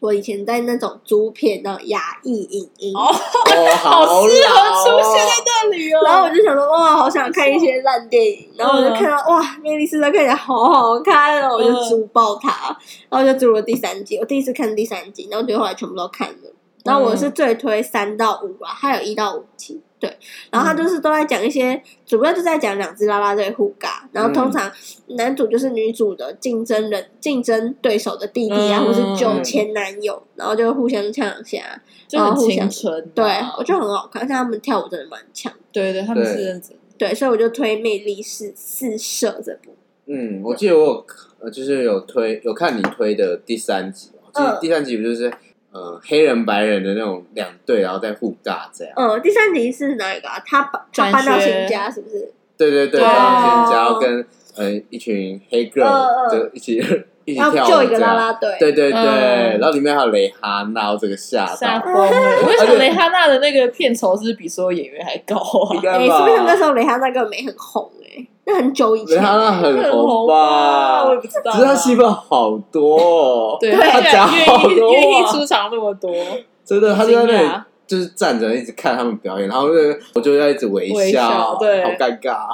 Speaker 2: 我以前在那种租片的亚裔影音，
Speaker 1: 哦
Speaker 3: 哦，
Speaker 1: 好
Speaker 3: 好
Speaker 1: 适合
Speaker 3: 老哦
Speaker 1: 出现在那里哦。
Speaker 2: 然后我就想说哇，好想看一些烂电影，然后我就看到哇，《魅力四射》看起来好好看哦，我就
Speaker 1: 嗯
Speaker 2: 租爆它，然后就租了第三集，我第一次看第三集，然后最后来全部都看了。然后我
Speaker 1: 嗯
Speaker 2: 是最推三到五啊，还有一到五集，对。然
Speaker 1: 嗯
Speaker 2: 后他就是都在讲一些，主要就在讲两只拉拉队互尬，然后
Speaker 1: 嗯
Speaker 2: 通常男主就是女主的竞争人、竞争对手的弟弟啊，
Speaker 1: 嗯
Speaker 2: 或是旧前男友，然后就互相呛下。
Speaker 1: 就很青春啊，
Speaker 2: 对，我觉得很好看，而且他们跳舞真的蛮强。
Speaker 1: 对对，他们是
Speaker 3: 对
Speaker 1: 认真的，
Speaker 2: 对，所以我就推《魅力四四射》这部。
Speaker 3: 嗯，我记得我有呃，就是有推有看你推的第三集，我记
Speaker 2: 嗯
Speaker 3: 得第三集不就是呃黑人白人的那种两队，然后在互尬这样。
Speaker 2: 嗯，第三集是哪一个、啊？他搬他
Speaker 1: 转
Speaker 2: 搬到
Speaker 1: 学
Speaker 2: 新家是不是？
Speaker 3: 对对
Speaker 1: 对
Speaker 3: 对，然后全家要跟呃一群黑
Speaker 2: 嗯嗯
Speaker 3: girl 就一起一起
Speaker 2: 要
Speaker 3: 跳
Speaker 2: 救一
Speaker 3: 舞
Speaker 2: 个
Speaker 3: 这
Speaker 2: 啦
Speaker 3: 样。
Speaker 2: 啦队。
Speaker 3: 对对对，
Speaker 1: 嗯
Speaker 3: 然后里面还有蕾哈娜，我整个吓
Speaker 1: 吓
Speaker 3: 到。
Speaker 1: 疯了。我就
Speaker 3: 而且
Speaker 1: 想蕾哈娜的那个片酬是不是比所有演员还高
Speaker 3: 应
Speaker 1: 啊，
Speaker 2: 哎、
Speaker 3: 该
Speaker 2: 是
Speaker 3: 吧
Speaker 2: 不是那时候蕾哈娜根本没很红、哎，那很久以
Speaker 3: 蕾
Speaker 2: 前、嗯
Speaker 3: 哈娜很红
Speaker 1: 吧？我也
Speaker 3: 吧？
Speaker 1: 不知道啊，
Speaker 3: 只是她戏份好多哦，
Speaker 1: 对，
Speaker 2: 对
Speaker 1: 他居
Speaker 3: 讲
Speaker 1: 然
Speaker 3: 好
Speaker 1: 愿意
Speaker 3: 多啊哦
Speaker 1: 愿意
Speaker 3: 话
Speaker 1: 出场那么多，
Speaker 3: 真的，她就在那
Speaker 1: 惊
Speaker 3: 里
Speaker 1: 讶
Speaker 3: 就是站着一直看他们表演，然后那个我就 要一直微
Speaker 1: 微笑对
Speaker 3: 好尴尬。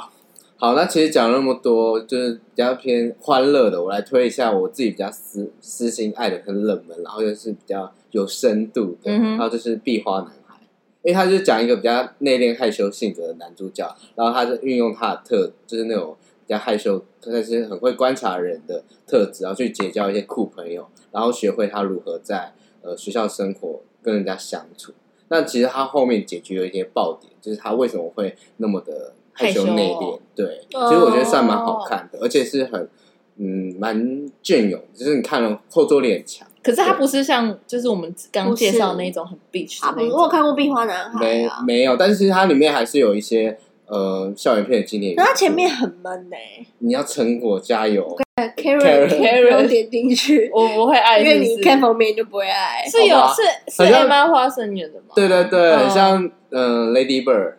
Speaker 3: 好，那其实讲了那么多，就是比较偏欢乐的，我来推一下我自己比较私私心爱的，很冷门，然后又是比较有深度的，
Speaker 1: 嗯哼
Speaker 3: 然后就是《壁花男孩》，因为他就讲一个比较内敛害羞性格的男主角，然后他就运用他的特，就是那种比较害羞，但是很会观察人的特质，然后去结交一些酷朋友，然后学会他如何在呃学校生活跟人家相处。那其实他后面解决了一些爆点，就是他为什么会那么的害羞
Speaker 1: 害羞哦
Speaker 3: 内敛。对，其实我觉得算
Speaker 2: 嗯
Speaker 3: 蛮好看的，而且是很嗯蛮隽永，就是你看了后坐力很强。
Speaker 1: 可是他不是像就是我们刚介绍的那种很 beach
Speaker 2: 啊，
Speaker 1: 的
Speaker 2: 不
Speaker 1: 那
Speaker 2: 是，我有
Speaker 1: 种，
Speaker 2: 看过《壁花男孩
Speaker 1: 哦
Speaker 3: 没》
Speaker 2: 啊。
Speaker 3: 没有，但是它里面还是有一些呃校园片的经典元素。
Speaker 2: 然后前面很闷呢、
Speaker 3: 你要成果加油，
Speaker 2: 哎 Karen
Speaker 1: Karen
Speaker 2: 不用点进去，
Speaker 1: 我我会爱，
Speaker 2: 因为你
Speaker 1: 是不是
Speaker 2: 看封面就哎不会爱。
Speaker 1: 是有
Speaker 3: 好吧
Speaker 1: 是是
Speaker 3: 好像
Speaker 1: Emma 花生演的吗？
Speaker 3: 对对对，
Speaker 1: 嗯
Speaker 3: 像呃 Lady Bird，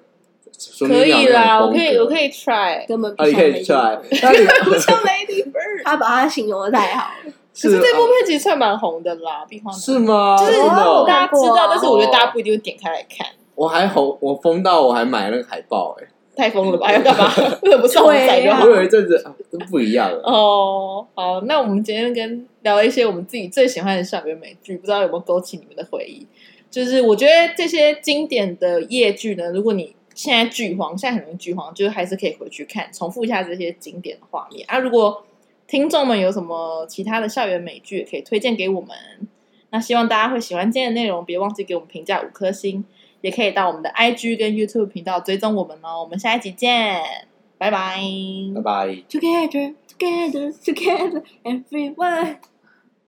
Speaker 3: 淑
Speaker 1: 可
Speaker 3: 女
Speaker 1: 以
Speaker 3: 鸟那
Speaker 1: 啦，
Speaker 3: 种
Speaker 1: 我可以
Speaker 3: 风格
Speaker 1: 我可以 try，
Speaker 2: 根本不
Speaker 3: 啊，你
Speaker 2: 像
Speaker 3: 可
Speaker 2: Lady
Speaker 3: 以 try，
Speaker 2: Bird
Speaker 3: 那你
Speaker 1: 不像 Lady Bird。
Speaker 2: 他把它形容的太好了，
Speaker 1: 可是这部
Speaker 3: 啊
Speaker 1: 片其实算蛮红的啦，《壁花男孩
Speaker 3: 哦是》吗？
Speaker 1: 就是
Speaker 3: 真的哦
Speaker 2: 看
Speaker 1: 大家知
Speaker 2: 过啊
Speaker 1: 道，但是我觉得大家不一定会点开来看，
Speaker 3: 我还红，我疯到我还买那个海报哎，
Speaker 1: 太疯了吧？要干嘛？ 为什么不上网载就
Speaker 2: 对啊
Speaker 1: 好
Speaker 3: 我？有一阵子啊都不一样了。
Speaker 1: 哦，好，那我们今天跟聊了一些我们自己最喜欢的校园美剧，不知道有没有勾起你们的回忆？就是我觉得这些经典的夜剧呢，如果你现在剧荒，现在很容易剧荒，就是还是可以回去看，重复一下这些经典的画面啊。如果听众们有什么其他的校园美剧，也可以推荐给我们。那希望大家会喜欢今天的内容，别忘记给我们评价五颗星，也可以到我们的 IG 跟 YouTube 频道追踪我们哦。我们下一集见，拜拜
Speaker 3: 拜拜。
Speaker 2: Together, together, together, everyone.